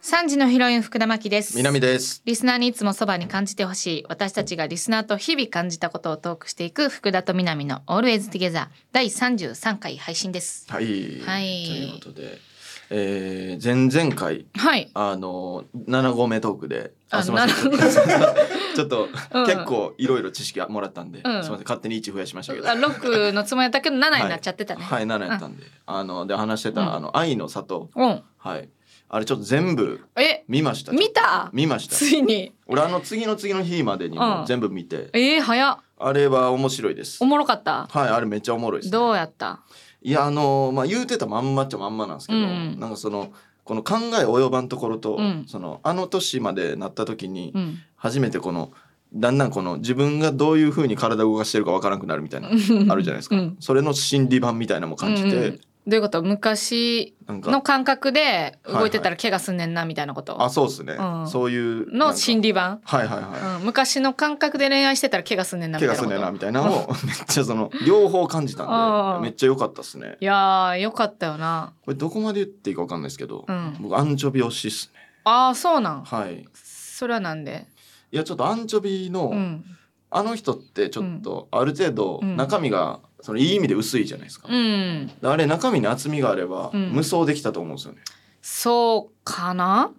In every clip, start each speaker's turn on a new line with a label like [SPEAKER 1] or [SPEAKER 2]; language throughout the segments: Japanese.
[SPEAKER 1] 三時のヒロイン福田真希です。
[SPEAKER 2] 南です。
[SPEAKER 1] リスナーにいつもそばに感じてほしい私たちがリスナーと日々感じたことをトークしていく福田と南の Always Together 第33回配信です。
[SPEAKER 2] はい。
[SPEAKER 1] はい
[SPEAKER 2] ということで、えー、前々回
[SPEAKER 1] はい。
[SPEAKER 2] あの七合目トークで、
[SPEAKER 1] あ
[SPEAKER 2] すいません。
[SPEAKER 1] なる
[SPEAKER 2] ちょっと、
[SPEAKER 1] うん
[SPEAKER 2] 結構いろいろ知識もらったんで、
[SPEAKER 1] うん
[SPEAKER 2] すみません勝手に一増やしましたけど。
[SPEAKER 1] あ6のつもりだったけど7になっちゃってたね。
[SPEAKER 2] はい、七やったんで、あので話してた、
[SPEAKER 1] うん
[SPEAKER 2] あの愛の里、
[SPEAKER 1] うん。
[SPEAKER 2] はい。あれちょっと全部
[SPEAKER 1] え
[SPEAKER 2] 見ました。
[SPEAKER 1] 見た
[SPEAKER 2] 見ました。
[SPEAKER 1] ついに。
[SPEAKER 2] 俺あの次の次の日までにも
[SPEAKER 1] うん
[SPEAKER 2] 全部見て、
[SPEAKER 1] えー、早っ
[SPEAKER 2] あれは面白いです
[SPEAKER 1] お。もろかった
[SPEAKER 2] はい、あれめっちゃおもろいです、ね。
[SPEAKER 1] どうやった
[SPEAKER 2] いやあのまあ言うてたまんまっちゃまんまなんですけど、
[SPEAKER 1] うんうん
[SPEAKER 2] なんかそのこの考え及ばんところと、
[SPEAKER 1] うん
[SPEAKER 2] そのあの年までなった時に
[SPEAKER 1] うん。
[SPEAKER 2] 初めてこのだんだんこの自分がどういうふうに体を動かしてるかわからなくなるみたいなあるじゃないですか、
[SPEAKER 1] うん
[SPEAKER 2] それの心理版みたいなのも感じて、
[SPEAKER 1] うんうんどういうこと昔
[SPEAKER 2] なんか
[SPEAKER 1] の感覚で動いてた
[SPEAKER 2] は
[SPEAKER 1] ら
[SPEAKER 2] いは
[SPEAKER 1] 怪我すんねんなみたいなこと、
[SPEAKER 2] あそうですね、
[SPEAKER 1] うん
[SPEAKER 2] そういう
[SPEAKER 1] の心
[SPEAKER 2] 理
[SPEAKER 1] 理版、
[SPEAKER 2] はいはいは
[SPEAKER 1] うん、昔の感覚で恋愛してたら怪我すんねん
[SPEAKER 2] い、
[SPEAKER 1] なみ
[SPEAKER 2] 怪
[SPEAKER 1] たい
[SPEAKER 2] 我
[SPEAKER 1] な
[SPEAKER 2] す
[SPEAKER 1] こ
[SPEAKER 2] ん
[SPEAKER 1] と
[SPEAKER 2] ねんなみたいな のをめっちゃその両方感じた
[SPEAKER 1] あー
[SPEAKER 2] んでめっちゃ良かったっすね
[SPEAKER 1] いやーよかったよな
[SPEAKER 2] これどこまで言っていいかわかんないですけど、
[SPEAKER 1] うん
[SPEAKER 2] 僕アンチョビ推しっすね
[SPEAKER 1] ああそうなん
[SPEAKER 2] はい
[SPEAKER 1] それはなんで
[SPEAKER 2] いやちょっとアンチョビの、
[SPEAKER 1] うん
[SPEAKER 2] あの人ってちょっとある程度
[SPEAKER 1] うん
[SPEAKER 2] 中身がそのいい意味で薄いじゃないですか、
[SPEAKER 1] うん
[SPEAKER 2] あれ中身に厚みがあれば
[SPEAKER 1] うん
[SPEAKER 2] 無双できたと思うんですよね、
[SPEAKER 1] そうかな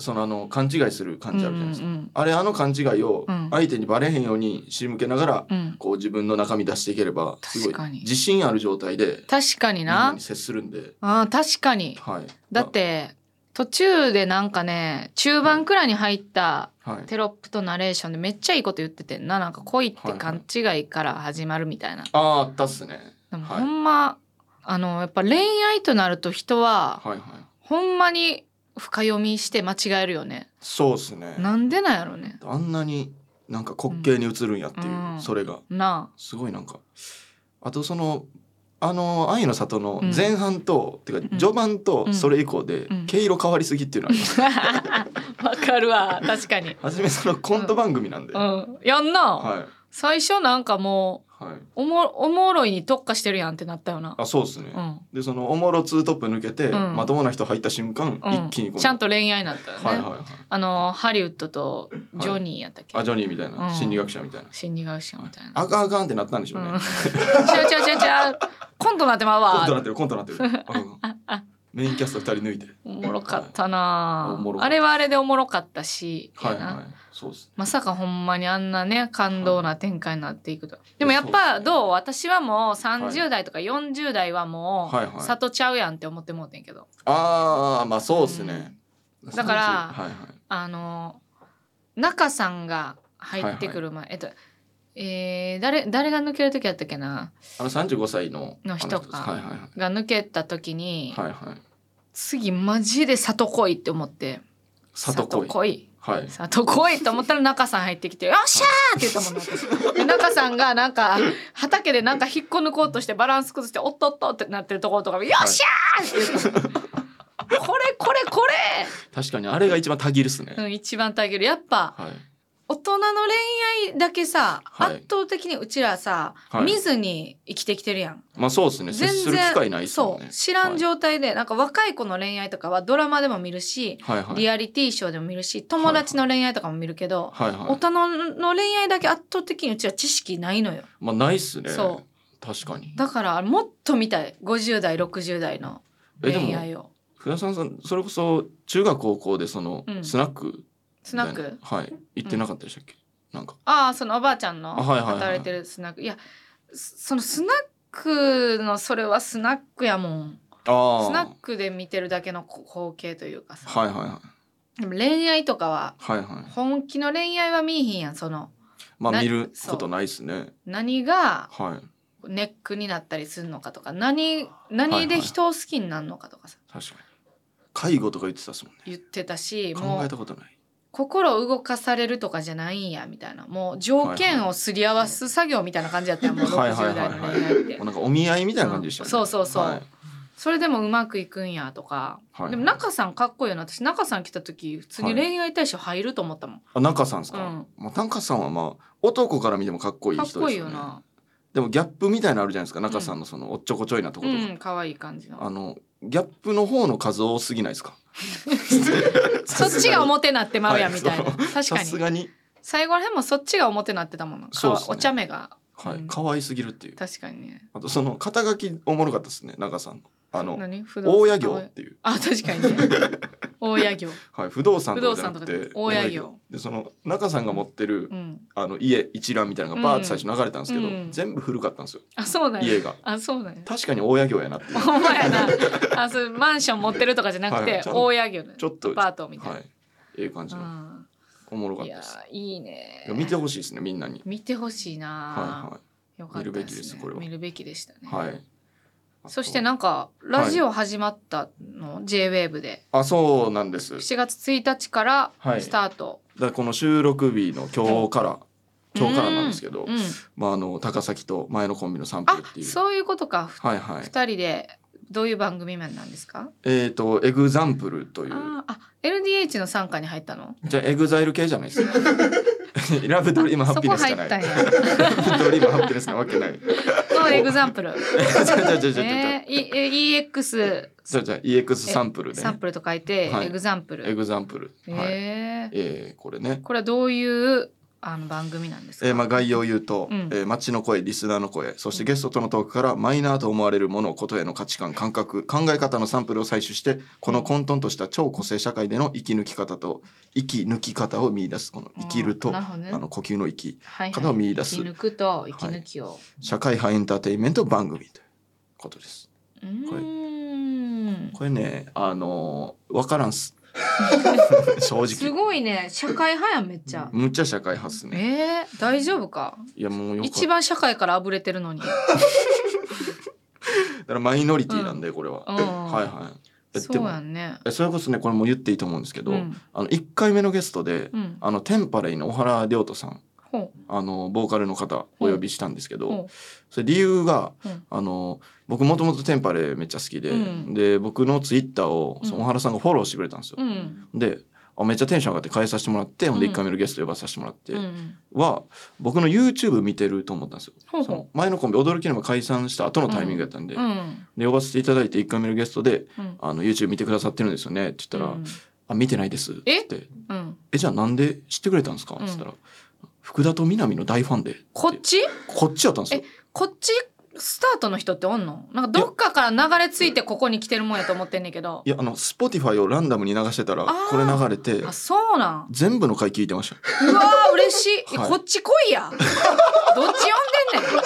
[SPEAKER 2] そのあの勘違いする感じあるじゃないですか、
[SPEAKER 1] うんうんうん
[SPEAKER 2] あれあの勘違いを
[SPEAKER 1] うん
[SPEAKER 2] 相手にバレへんように知り向けながら
[SPEAKER 1] うん
[SPEAKER 2] こう自分の中身出していければすご
[SPEAKER 1] 確か
[SPEAKER 2] い
[SPEAKER 1] に
[SPEAKER 2] 自信ある状態で
[SPEAKER 1] 確かに
[SPEAKER 2] みんな
[SPEAKER 1] な
[SPEAKER 2] に接するんで、
[SPEAKER 1] あー確かに
[SPEAKER 2] はい、
[SPEAKER 1] だって途中でなんかね中盤くらいに入った
[SPEAKER 2] あ、はい、
[SPEAKER 1] テロップとナレーションでめっちゃいいこと言っててんななんか恋って勘違いから始まるみたいな、
[SPEAKER 2] あああったっすね
[SPEAKER 1] でも
[SPEAKER 2] はい
[SPEAKER 1] ほんま、あのやっぱ恋愛となると人は
[SPEAKER 2] はいはい
[SPEAKER 1] ほんまに深読みして間違えるよね
[SPEAKER 2] そうっすね
[SPEAKER 1] なんでなんやろね
[SPEAKER 2] あんなになんか滑稽に映るんやっていう、
[SPEAKER 1] うん
[SPEAKER 2] それが
[SPEAKER 1] な
[SPEAKER 2] すごいなんかあとそのあの「愛の里」の前半と、てか序盤
[SPEAKER 1] う
[SPEAKER 2] と
[SPEAKER 1] ん
[SPEAKER 2] それ以降で
[SPEAKER 1] うん
[SPEAKER 2] 毛色変わりすぎっていうのはあります、
[SPEAKER 1] あわかるわ 確かに
[SPEAKER 2] 初めそのコント番組なんで、
[SPEAKER 1] う
[SPEAKER 2] はい
[SPEAKER 1] んやんな、最初なんかも
[SPEAKER 2] はい、
[SPEAKER 1] うおもおもろいに特化してるやんってなったよな
[SPEAKER 2] あそうですね、
[SPEAKER 1] うん、
[SPEAKER 2] でそのおもろツートップ抜けて、
[SPEAKER 1] うん
[SPEAKER 2] まともな人入った瞬間、
[SPEAKER 1] うん、
[SPEAKER 2] 一気にこの
[SPEAKER 1] ちゃんと恋愛になったよね、
[SPEAKER 2] はいはいはい
[SPEAKER 1] あのハリウッドとジョニーやったっけ、
[SPEAKER 2] あジョニーみたいな、
[SPEAKER 1] うん
[SPEAKER 2] 心理学者みたいな、
[SPEAKER 1] 心理学者みたいな。
[SPEAKER 2] あかんあかんってなったんでしょうね、
[SPEAKER 1] うん ちゃうちゃうちゃうちゃう。コントなってまう
[SPEAKER 2] コントなっ
[SPEAKER 1] わ。
[SPEAKER 2] てるコントなってるあかんあかんメインキャスト二人抜いて
[SPEAKER 1] おもろかった
[SPEAKER 2] はい
[SPEAKER 1] な
[SPEAKER 2] おもろ
[SPEAKER 1] あ。
[SPEAKER 2] かった
[SPEAKER 1] あれはあれでおもろかったし、
[SPEAKER 2] はい
[SPEAKER 1] やな
[SPEAKER 2] はいそうですね
[SPEAKER 1] まさかほんまにあんなね感動な展開になっていくと。でもやっ
[SPEAKER 2] そう
[SPEAKER 1] ぱ
[SPEAKER 2] ですね
[SPEAKER 1] どう私はもう
[SPEAKER 2] は
[SPEAKER 1] 30代とか40代はも
[SPEAKER 2] はいはいう
[SPEAKER 1] 里ちゃうやんって思ってもうてんけど。
[SPEAKER 2] ああまあそうですね、
[SPEAKER 1] だから
[SPEAKER 2] はいはい
[SPEAKER 1] あの中さんが入ってくる前、えっとえー誰誰が抜ける時やったっけな
[SPEAKER 2] あの35歳の
[SPEAKER 1] の人か
[SPEAKER 2] あの人です
[SPEAKER 1] が抜けた時に、
[SPEAKER 2] はいはいはいはいはい
[SPEAKER 1] 次マジで里来いって思って
[SPEAKER 2] 里
[SPEAKER 1] 里
[SPEAKER 2] 恋
[SPEAKER 1] 来い
[SPEAKER 2] はい
[SPEAKER 1] 里来いと思ったら中さん入ってきて「よっしゃー!」って言ったもんね私で中さんがなんか畑でなんか引っこ抜こうとしてバランス崩して「おっとっと」ってなってるところとかも「よっしゃー!」って言ったこれこれこ
[SPEAKER 2] 確かにあれが一番たぎるっすね、
[SPEAKER 1] れ、うん、一番たげるやっぱ
[SPEAKER 2] はい
[SPEAKER 1] 大人の恋愛だけさ、
[SPEAKER 2] はい
[SPEAKER 1] 圧倒的にうちらさ、
[SPEAKER 2] はい
[SPEAKER 1] 見ずに生きてきてるやん
[SPEAKER 2] まあそうですね接する機会ないっすも
[SPEAKER 1] そ
[SPEAKER 2] んね
[SPEAKER 1] う知らん状態で、なんか若い子の恋愛とかはドラマでも見るし、
[SPEAKER 2] はいはい
[SPEAKER 1] リアリティショーでも見るし友達の恋愛とかも見るけど、
[SPEAKER 2] はいは
[SPEAKER 1] 大
[SPEAKER 2] い
[SPEAKER 1] 人の恋愛だけ圧倒的にうちは知識ないのよ
[SPEAKER 2] まあないっすね
[SPEAKER 1] そ
[SPEAKER 2] 確かに
[SPEAKER 1] だからもっと見たい50代60代の
[SPEAKER 2] えで
[SPEAKER 1] 恋
[SPEAKER 2] も
[SPEAKER 1] 愛を
[SPEAKER 2] 福田さんさんそれこそ中学高校でその
[SPEAKER 1] うん
[SPEAKER 2] スナック
[SPEAKER 1] スナッ
[SPEAKER 2] みたい
[SPEAKER 1] ク
[SPEAKER 2] なはい行ってなかったでしたっけ、なんか
[SPEAKER 1] ああそのおばあちゃんの
[SPEAKER 2] あはいはいはい
[SPEAKER 1] 働いてるスナック、いやそそのスナックのそれはスナックやもん
[SPEAKER 2] ああ
[SPEAKER 1] スナックで見てるだけの光景というかさ、
[SPEAKER 2] はいはいは
[SPEAKER 1] でも恋愛とかはい
[SPEAKER 2] はいはい
[SPEAKER 1] 本気の恋愛は見えひんやんその
[SPEAKER 2] まあ
[SPEAKER 1] な
[SPEAKER 2] 見ることないっすね
[SPEAKER 1] 何が
[SPEAKER 2] はい
[SPEAKER 1] ネックになったりするのかとか何何で人を好きになるのかとかさ
[SPEAKER 2] 確かに介護とか言ってたっすもんね
[SPEAKER 1] 言ってたしも
[SPEAKER 2] 考え
[SPEAKER 1] う
[SPEAKER 2] たことない
[SPEAKER 1] 心を動かされるとかじゃないんやみたいなもう条件をすり合わす作業みたいな感じやったよもう
[SPEAKER 2] はいはい
[SPEAKER 1] 60
[SPEAKER 2] はい
[SPEAKER 1] 代
[SPEAKER 2] は
[SPEAKER 1] の
[SPEAKER 2] い
[SPEAKER 1] 恋愛って
[SPEAKER 2] もうなんかお見合いみたいな感じでしたね、
[SPEAKER 1] うんそうそうそう
[SPEAKER 2] はい
[SPEAKER 1] それでもうまくいくんやとか
[SPEAKER 2] はい
[SPEAKER 1] でも中さんかっこいいよな私中さん来た時普通に恋愛対象入ると思ったもん
[SPEAKER 2] あ中さんですか、まあ、中さんはまあ男から見てもかっこいい
[SPEAKER 1] か
[SPEAKER 2] 人
[SPEAKER 1] っ
[SPEAKER 2] ですよ、
[SPEAKER 1] こ
[SPEAKER 2] ね、
[SPEAKER 1] いいよな
[SPEAKER 2] でもギャップみたいなのあるじゃないですか中さんのそのおっちょこちょいなとこ
[SPEAKER 1] う
[SPEAKER 2] ろとか、
[SPEAKER 1] ん可愛い感じの
[SPEAKER 2] あのギャップの方の数多すぎな いですか
[SPEAKER 1] そっちが表なってまうやんみたいな、
[SPEAKER 2] はい
[SPEAKER 1] 確
[SPEAKER 2] さ
[SPEAKER 1] か
[SPEAKER 2] す
[SPEAKER 1] に
[SPEAKER 2] がに、
[SPEAKER 1] 最後らへんもそっちが表なってたもの
[SPEAKER 2] そうっすね
[SPEAKER 1] お茶目が
[SPEAKER 2] は
[SPEAKER 1] う
[SPEAKER 2] い
[SPEAKER 1] ん、
[SPEAKER 2] 可愛すぎるっていう
[SPEAKER 1] 確かにね
[SPEAKER 2] あとその肩書きおもろかったですね中さんのあの
[SPEAKER 1] 何不動
[SPEAKER 2] 大
[SPEAKER 1] 産
[SPEAKER 2] 家業っていう、
[SPEAKER 1] あ確かにね大家業
[SPEAKER 2] はい、不動産とかじゃなく
[SPEAKER 1] 不動産
[SPEAKER 2] て
[SPEAKER 1] とか大家業
[SPEAKER 2] でその中さんが持ってる、
[SPEAKER 1] うん
[SPEAKER 2] あの家一覧みたいなのがバーって最初流れたんですけど、
[SPEAKER 1] うん
[SPEAKER 2] 全部古かったんですよ
[SPEAKER 1] あそうなんや
[SPEAKER 2] 家が
[SPEAKER 1] あそうなんや
[SPEAKER 2] 確かに大家業やな っていう
[SPEAKER 1] ほんまやなあそうマンション持ってるとかじゃなく
[SPEAKER 2] は
[SPEAKER 1] て
[SPEAKER 2] いちゃんと
[SPEAKER 1] 大家業ね
[SPEAKER 2] ちょっと
[SPEAKER 1] アパートみたい
[SPEAKER 2] はいええ感じ
[SPEAKER 1] な、
[SPEAKER 2] のおもろか
[SPEAKER 1] うんい
[SPEAKER 2] った
[SPEAKER 1] や
[SPEAKER 2] です
[SPEAKER 1] ーいいね
[SPEAKER 2] 見てほしいですねみんなに
[SPEAKER 1] 見てほしいな、
[SPEAKER 2] は
[SPEAKER 1] よかった
[SPEAKER 2] 見るべきですこれは
[SPEAKER 1] 見るべきでしたね、
[SPEAKER 2] いはいはい
[SPEAKER 1] そしてなんかラジオ始まったの、JWAVE で
[SPEAKER 2] あそうなんですだか
[SPEAKER 1] 7月1日から
[SPEAKER 2] はい
[SPEAKER 1] スタート、
[SPEAKER 2] らこの収録日の今日から今日からなんですけど、
[SPEAKER 1] うん
[SPEAKER 2] まあ、あの高崎と前のコンビのサンプル
[SPEAKER 1] あ
[SPEAKER 2] っていう
[SPEAKER 1] そういうことか、
[SPEAKER 2] はいはい
[SPEAKER 1] 二人でどういう番組名なんですか
[SPEAKER 2] えっ、とエグザンプルという
[SPEAKER 1] あーあ LDH の傘下に入った の
[SPEAKER 2] じゃあエグザイル系じゃな いですかラブドリームハ
[SPEAKER 1] そ
[SPEAKER 2] ッピ
[SPEAKER 1] こ
[SPEAKER 2] ネス
[SPEAKER 1] 入
[SPEAKER 2] じ
[SPEAKER 1] っ
[SPEAKER 2] ゃない
[SPEAKER 1] たんや
[SPEAKER 2] ラブドリームハッピネスなわけない
[SPEAKER 1] のエグザンプル
[SPEAKER 2] じゃあじゃあじゃあじゃあじゃあ
[SPEAKER 1] えー、いえ EX
[SPEAKER 2] じゃあじゃあ EX サンプルで
[SPEAKER 1] サン
[SPEAKER 2] ね
[SPEAKER 1] プルと書いて、
[SPEAKER 2] はい
[SPEAKER 1] エグザンプ
[SPEAKER 2] エ
[SPEAKER 1] ル、
[SPEAKER 2] グザンプルはい
[SPEAKER 1] えー
[SPEAKER 2] えーこれね
[SPEAKER 1] これはどういうあの番組なんですか、
[SPEAKER 2] えーまあ概要を言うと、
[SPEAKER 1] うん
[SPEAKER 2] えー街の声リスナーの声そしてゲストとのトークからマイナーと思われるものことへの価値観感覚考え方のサンプルを採取してこの混沌とした超個性社会での息抜き方と息抜き方を見出すこの生きると
[SPEAKER 1] な
[SPEAKER 2] あ
[SPEAKER 1] るほどね
[SPEAKER 2] の呼吸の息
[SPEAKER 1] はい
[SPEAKER 2] 方を見出
[SPEAKER 1] 生
[SPEAKER 2] す
[SPEAKER 1] き抜くと生き抜きを、
[SPEAKER 2] 社会派エンターテインメント番組ということです
[SPEAKER 1] うーん
[SPEAKER 2] これねあのー、分からん っす正
[SPEAKER 1] す
[SPEAKER 2] 直
[SPEAKER 1] ごいね社会派やんめっちゃ、
[SPEAKER 2] むっちゃ社会派っすね
[SPEAKER 1] えー、大丈夫か
[SPEAKER 2] いやもうよかっ
[SPEAKER 1] 一
[SPEAKER 2] た
[SPEAKER 1] 番社会からあぶれてるのに
[SPEAKER 2] だからマイノリティなんでこれは、
[SPEAKER 1] うん
[SPEAKER 2] はいはいえで
[SPEAKER 1] そう
[SPEAKER 2] も
[SPEAKER 1] やんね
[SPEAKER 2] えそれこそねこれも言っていいと思うんですけど、
[SPEAKER 1] うん
[SPEAKER 2] あの1回目のゲストで、
[SPEAKER 1] うん
[SPEAKER 2] あのテンパレイの小原亮太さん
[SPEAKER 1] ほ
[SPEAKER 2] あのボーカルの方お呼びしたんですけど、
[SPEAKER 1] うん
[SPEAKER 2] それ理由が、
[SPEAKER 1] うん
[SPEAKER 2] あの僕もともとテンパレイめっちゃ好きで、
[SPEAKER 1] うん
[SPEAKER 2] で僕のツイッターをその
[SPEAKER 1] うん
[SPEAKER 2] 小原さんがフォローしてくれたんですよ。
[SPEAKER 1] ううん
[SPEAKER 2] であめっちゃテンション上がって変えさせてもらって、ほんで
[SPEAKER 1] うん
[SPEAKER 2] 1回目のゲスト呼ばさせてもらって、
[SPEAKER 1] うん
[SPEAKER 2] は僕の YouTube 見てると思ったんですよ。
[SPEAKER 1] ほう
[SPEAKER 2] その
[SPEAKER 1] ほ
[SPEAKER 2] 前のコンビ驚きにも解散した後のタイミングやったんで,、
[SPEAKER 1] ううん
[SPEAKER 2] で呼ばせていただいて1回目のゲストで
[SPEAKER 1] うん
[SPEAKER 2] 「あの YouTube 見てくださってるんですよね」って言ったら「
[SPEAKER 1] うん
[SPEAKER 2] あ見てないです」って言って
[SPEAKER 1] うん
[SPEAKER 2] えじゃあなんで知ってくれたんですか?」っつったら、福田と南の大ファンで」
[SPEAKER 1] こっち
[SPEAKER 2] こっちやったんですよ。
[SPEAKER 1] こっちスタートの人っておんのなんかどっかから流れ着いてここに来てるもんやと思ってんねんけど
[SPEAKER 2] いやあの Spotify をランダムに流してたら
[SPEAKER 1] ー
[SPEAKER 2] これ流れて
[SPEAKER 1] あそうなん
[SPEAKER 2] 全部の回聞いてました。
[SPEAKER 1] うわー嬉しい、
[SPEAKER 2] はい
[SPEAKER 1] こっち来いやどっち呼ん でんね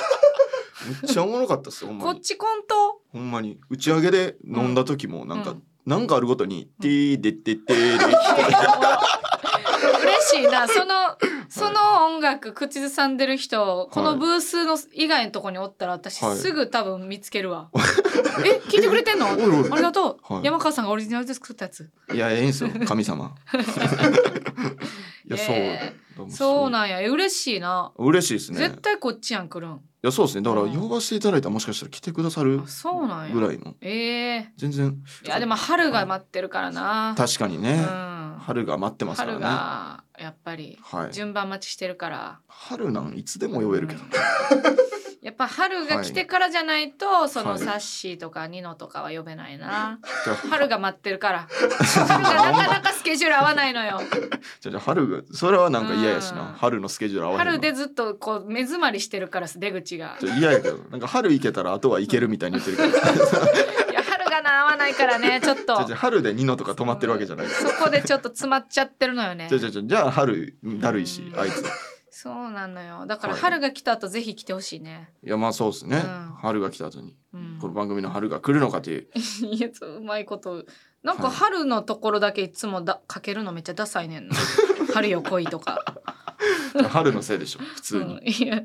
[SPEAKER 2] めっちゃおもろかったですよほん
[SPEAKER 1] ん
[SPEAKER 2] ま
[SPEAKER 1] こ
[SPEAKER 2] に
[SPEAKER 1] っ。ちコント
[SPEAKER 2] ほんまに打ち上げで飲んだ時もなんか、
[SPEAKER 1] うん
[SPEAKER 2] なんかあるごとに「ティーでってって」で
[SPEAKER 1] 嬉しいなそのその音楽口ずさんでる人、このブースの以外のとこにおったら私
[SPEAKER 2] はい
[SPEAKER 1] すぐ多分見つけるわ、 え聞いてくれてんのあ
[SPEAKER 2] おいおい
[SPEAKER 1] りがとう、
[SPEAKER 2] はい
[SPEAKER 1] 山川さんがオリジナルで作ったやつ
[SPEAKER 2] いやええんすよ神様。いやそう、
[SPEAKER 1] え
[SPEAKER 2] でも
[SPEAKER 1] そうなんやえ嬉しいな、
[SPEAKER 2] 嬉しいですね。
[SPEAKER 1] 絶対こっちやん来るん
[SPEAKER 2] いやそうですねだから
[SPEAKER 1] うん
[SPEAKER 2] 呼ばせていただいたらもしかしたら来てくださる
[SPEAKER 1] あそうなんや
[SPEAKER 2] ぐらいの
[SPEAKER 1] ええ
[SPEAKER 2] 全然
[SPEAKER 1] いやでも春が待ってるからな、
[SPEAKER 2] 確かに
[SPEAKER 1] う
[SPEAKER 2] ね、
[SPEAKER 1] ん、
[SPEAKER 2] 春が待ってますから
[SPEAKER 1] 春
[SPEAKER 2] ね。
[SPEAKER 1] がやっぱり
[SPEAKER 2] はい、
[SPEAKER 1] 順番待ちしてるから
[SPEAKER 2] 春なんいつでも呼べるけど、
[SPEAKER 1] やっぱ春が来てからじゃないと、その
[SPEAKER 2] はい
[SPEAKER 1] サッシーとかニノとかは呼べない な、
[SPEAKER 2] じゃあ
[SPEAKER 1] 春が待ってるから春がなかなかスケジュール合わないのよ
[SPEAKER 2] じゃあじゃあ春がそれはなんか嫌やしな、
[SPEAKER 1] うん
[SPEAKER 2] 春のスケジュール合わへんの
[SPEAKER 1] 春でずっとこう目詰まりしてるから出口が
[SPEAKER 2] じゃあ嫌やけどなんか春行けたらあとは行けるみたいに言ってる けどじゃ
[SPEAKER 1] いや春がな合わないからねちょっ
[SPEAKER 2] あ
[SPEAKER 1] と
[SPEAKER 2] じゃあ春でニノとか止まってるわけじゃないじゃ
[SPEAKER 1] そこでちょっと詰まっちゃってるのよね
[SPEAKER 2] あじゃあじゃあじゃあ春だるいし
[SPEAKER 1] うん
[SPEAKER 2] あいつい
[SPEAKER 1] そうなのよだから
[SPEAKER 2] はい
[SPEAKER 1] 春が来た後ぜひ来てほしいね、
[SPEAKER 2] やまあそうですね、
[SPEAKER 1] うん
[SPEAKER 2] 春が来た後に
[SPEAKER 1] うん
[SPEAKER 2] この番組の春が来るのかという、
[SPEAKER 1] いやそううまいことなん
[SPEAKER 2] は
[SPEAKER 1] か
[SPEAKER 2] い
[SPEAKER 1] 春のところだけいつもだかけるのめっちゃダサいねん な春よ来いとか
[SPEAKER 2] じゃあ春のせい でしょ普通
[SPEAKER 1] う
[SPEAKER 2] に、
[SPEAKER 1] ん、いや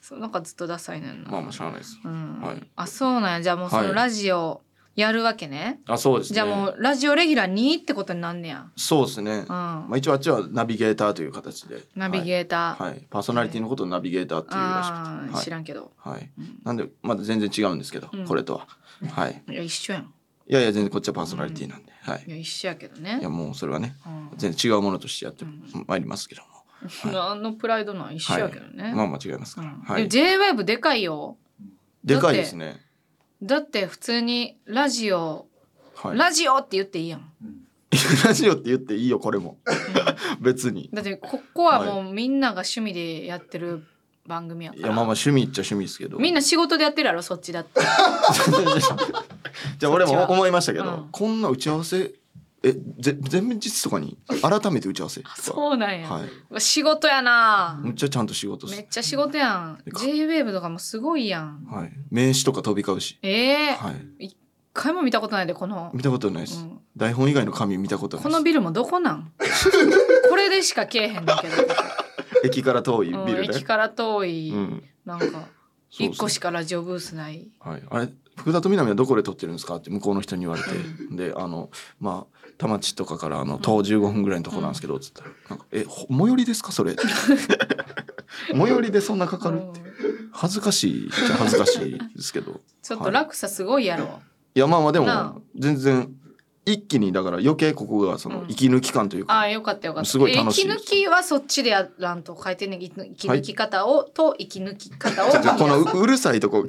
[SPEAKER 1] そうなんかずっとダサいねんな、
[SPEAKER 2] まあまあしゃあないです
[SPEAKER 1] うん
[SPEAKER 2] はい
[SPEAKER 1] あそうなんやじゃあもうそ
[SPEAKER 2] は
[SPEAKER 1] の
[SPEAKER 2] い
[SPEAKER 1] ラジオやるわけね、
[SPEAKER 2] あそうですね
[SPEAKER 1] じゃあもうラジオレギュラー2ってことになんねや、
[SPEAKER 2] そうです
[SPEAKER 1] う
[SPEAKER 2] ね、
[SPEAKER 1] ん
[SPEAKER 2] まあ、一応あっちはナビゲーターという形で
[SPEAKER 1] ナビ
[SPEAKER 2] ー
[SPEAKER 1] ゲーター、
[SPEAKER 2] はい、はいパーソナリティのことをナビゲーターっていう
[SPEAKER 1] あー
[SPEAKER 2] ら
[SPEAKER 1] 知
[SPEAKER 2] しくて
[SPEAKER 1] らんけど、
[SPEAKER 2] はい、はい、
[SPEAKER 1] うん
[SPEAKER 2] なんでまだ全然違うんですけど、
[SPEAKER 1] うん
[SPEAKER 2] これとははい
[SPEAKER 1] いや一緒やん
[SPEAKER 2] いやいや全然こっちはパーソナリティなんで、はい
[SPEAKER 1] いや一緒やけど
[SPEAKER 2] い
[SPEAKER 1] ね
[SPEAKER 2] や、もうそれはね
[SPEAKER 1] うん
[SPEAKER 2] 全然違うものとしてやって
[SPEAKER 1] うん
[SPEAKER 2] まいりますけども、
[SPEAKER 1] あのプライドなん一緒やけどね、
[SPEAKER 2] まあまあ違います
[SPEAKER 1] う
[SPEAKER 2] から、
[SPEAKER 1] ん
[SPEAKER 2] はい
[SPEAKER 1] でも JWAVE でかいよ
[SPEAKER 2] でかいですね
[SPEAKER 1] だって普通にラジオ
[SPEAKER 2] はい、
[SPEAKER 1] ラジオって言っていいやん。
[SPEAKER 2] ラジオって言っていいよこれも 別に
[SPEAKER 1] だってここはもうみんなが趣味でやってる番組やか
[SPEAKER 2] い
[SPEAKER 1] ら。
[SPEAKER 2] やまあまあ趣味っちゃ趣味ですけど
[SPEAKER 1] みんな仕事でやってるやろそっちだって。
[SPEAKER 2] じゃあ俺
[SPEAKER 1] そっち
[SPEAKER 2] も
[SPEAKER 1] は
[SPEAKER 2] 思いましたけど、
[SPEAKER 1] うん
[SPEAKER 2] こんな打ち合わせえぜ前日とかに改めて打ち合わせとか
[SPEAKER 1] そうなんや。
[SPEAKER 2] はい
[SPEAKER 1] 仕事やな。
[SPEAKER 2] むっちゃちゃんと仕事っ
[SPEAKER 1] め
[SPEAKER 2] す
[SPEAKER 1] っちゃ仕事やん。J-WAVE とかもすごいやん。
[SPEAKER 2] はい名刺とか飛び交うし
[SPEAKER 1] ええー。
[SPEAKER 2] はい
[SPEAKER 1] 一回も見たことないでこの、
[SPEAKER 2] 見たことないです、
[SPEAKER 1] うん
[SPEAKER 2] 台本以外の紙見たことない
[SPEAKER 1] こ
[SPEAKER 2] です
[SPEAKER 1] のビルもどこなん これでしかけえへんねんけ
[SPEAKER 2] 駅から遠いビ
[SPEAKER 1] ど、うん、
[SPEAKER 2] ル
[SPEAKER 1] 駅
[SPEAKER 2] ね
[SPEAKER 1] から遠い、
[SPEAKER 2] うん
[SPEAKER 1] なんか
[SPEAKER 2] そうっす
[SPEAKER 1] 一個しかラジオブースない
[SPEAKER 2] はい、あれ福田と南はどこで撮ってるんですかって向こうの人に言われてであのまあ田町とかからあの徒歩15分ぐらいのところなんですけどつったら「なんかえほ最寄りですか それ」最寄りでそんなかかる
[SPEAKER 1] うん
[SPEAKER 2] 恥ずかしいっちゃ恥ずかしいですけど
[SPEAKER 1] ちょっと落差すごいやろ、
[SPEAKER 2] いやまあまあで
[SPEAKER 1] なあ
[SPEAKER 2] も全然一気にだから余計ここがその
[SPEAKER 1] うん
[SPEAKER 2] 息抜き感という
[SPEAKER 1] あ
[SPEAKER 2] か、
[SPEAKER 1] あよかったよかった
[SPEAKER 2] すごい楽しい
[SPEAKER 1] え息抜きはそっちでやらんと書いてんねん息抜息抜き方を、と息抜き方 を
[SPEAKER 2] じゃあこのううるさいとこ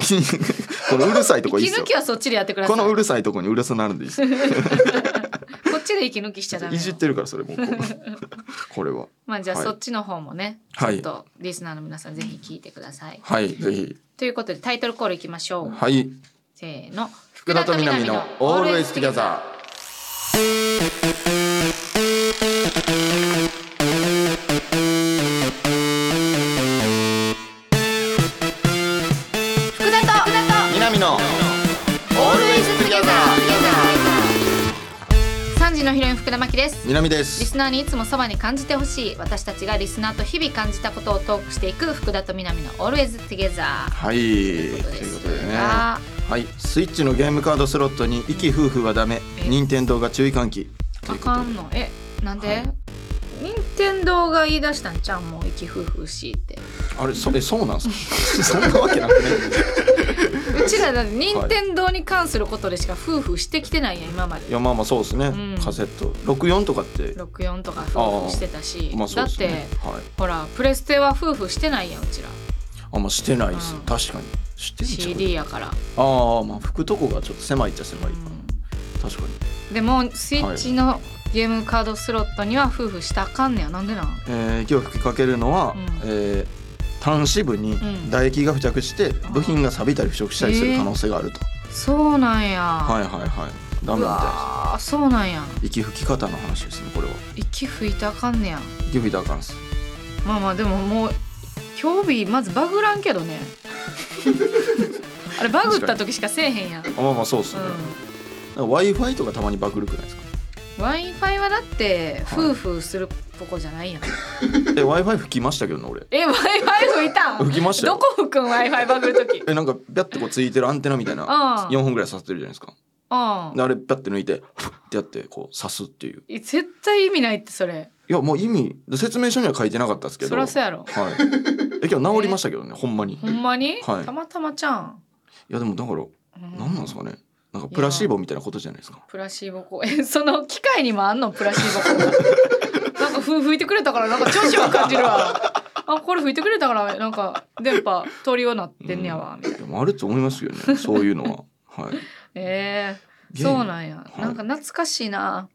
[SPEAKER 2] このうるさいとこいいっ
[SPEAKER 1] 息抜
[SPEAKER 2] すよ
[SPEAKER 1] きはそっちでやってくださ
[SPEAKER 2] こ
[SPEAKER 1] い
[SPEAKER 2] のうるさいとこにうるさなるんでいいっすよ
[SPEAKER 1] こっちで息抜きしちゃダメ
[SPEAKER 2] い
[SPEAKER 1] よ
[SPEAKER 2] じってるから それもうここれは
[SPEAKER 1] まあじゃあ
[SPEAKER 2] はい
[SPEAKER 1] そっちの方もね、
[SPEAKER 2] はい
[SPEAKER 1] ちょっとリスナーの皆さんぜひ聞いてください、
[SPEAKER 2] はいぜひ
[SPEAKER 1] ということでタイトルコールいきましょう、
[SPEAKER 2] はい
[SPEAKER 1] せーの
[SPEAKER 2] 福田と南の「オールエスティガザ
[SPEAKER 1] 福田と福田
[SPEAKER 2] ー」南の
[SPEAKER 1] とオールエストゥギャザー三時のヒロイン福田真希です
[SPEAKER 2] 南で
[SPEAKER 1] リ
[SPEAKER 2] す
[SPEAKER 1] スナーにいつもそばに感じてほしい私たちがリスナーと日々感じたことをトークしていく福田と南のオールエズトゥゲザー
[SPEAKER 2] はいということでね
[SPEAKER 1] あ
[SPEAKER 2] はいスイッチのゲームカードスロットに「息夫婦はダメ」
[SPEAKER 1] え
[SPEAKER 2] 「任天堂が注意喚起」と
[SPEAKER 1] あ
[SPEAKER 2] いうこと
[SPEAKER 1] か
[SPEAKER 2] で
[SPEAKER 1] んのえなんで、
[SPEAKER 2] はい
[SPEAKER 1] 任天堂が言い出したんちゃんもう息夫婦しいって
[SPEAKER 2] あれそえそうなんすか そんなわけなくね
[SPEAKER 1] うちらだって任天堂に関することでしか夫婦してきてないやん今まで
[SPEAKER 2] いやまあまあそうですね、
[SPEAKER 1] うん
[SPEAKER 2] カセット64とかって
[SPEAKER 1] 64とか夫婦してたし、
[SPEAKER 2] まあそ
[SPEAKER 1] だ
[SPEAKER 2] うで
[SPEAKER 1] っ
[SPEAKER 2] す
[SPEAKER 1] て、
[SPEAKER 2] ねはい
[SPEAKER 1] ほらプレステは夫婦してないやんうちら
[SPEAKER 2] あんましてないです、
[SPEAKER 1] うん
[SPEAKER 2] 確かにしてんちゃう
[SPEAKER 1] CD やから、
[SPEAKER 2] ああまあ拭くとこがちょっと狭いっちゃ狭いかな、確かに
[SPEAKER 1] でもスイッチのゲームカードスロットには夫婦したらあかんねやなんでなん
[SPEAKER 2] えー、今日吹きかけるのは、
[SPEAKER 1] うん
[SPEAKER 2] えー端子部に
[SPEAKER 1] ん
[SPEAKER 2] 唾液が付着して部品が錆びたり腐食したりする可能性があると、
[SPEAKER 1] そうなんや、
[SPEAKER 2] はいはいはいダメ
[SPEAKER 1] う
[SPEAKER 2] みた
[SPEAKER 1] わーそうなんや
[SPEAKER 2] いです息吹き方の話ですねこれは
[SPEAKER 1] 息吹いたらあかんねや
[SPEAKER 2] 息吹いたらあかんっす
[SPEAKER 1] まあまあでももう興味まずバグらんけど ねあれバグった時しかせえへんやん、うん
[SPEAKER 2] あまあまあそうっすね、w i f i とかたまにバグるくないですか
[SPEAKER 1] w i f i はだって
[SPEAKER 2] はい
[SPEAKER 1] 夫婦するとこじゃないやん、
[SPEAKER 2] え w i f i 吹きましたけどね俺
[SPEAKER 1] え w i f i 吹いたん
[SPEAKER 2] 吹きましたよ
[SPEAKER 1] どこ吹くん w i f i バグる時 うん
[SPEAKER 2] えなんかピャッてこうついてるアンテナみたいな
[SPEAKER 1] あー
[SPEAKER 2] 4本ぐらい刺ってるじゃないですかであれピャッて抜いてフッってやってこう刺すっていう
[SPEAKER 1] え絶対意味ないってそれ
[SPEAKER 2] いやもう意味説明書には書いてなかったですけど
[SPEAKER 1] そらそうやろ
[SPEAKER 2] はいえ今日治りましたけどねほんまにい
[SPEAKER 1] ほんまに、
[SPEAKER 2] はい
[SPEAKER 1] たまたまちゃん、
[SPEAKER 2] やでもだから
[SPEAKER 1] うん
[SPEAKER 2] なんなんですかね。なんかプラシーボみたいなことじゃないですか。
[SPEAKER 1] プラシーボ効えその機械にもあんのプラシーボ効果なんか風吹いてくれたからなんか調子を感じる わあこれ吹いてくれたからなんか電波通りようなってんねやわ、みたいな
[SPEAKER 2] でもあると思いますよね。そういうのは。 はい。
[SPEAKER 1] えー、
[SPEAKER 2] ゲーム
[SPEAKER 1] そうなんや、
[SPEAKER 2] い
[SPEAKER 1] なんか懐かしいな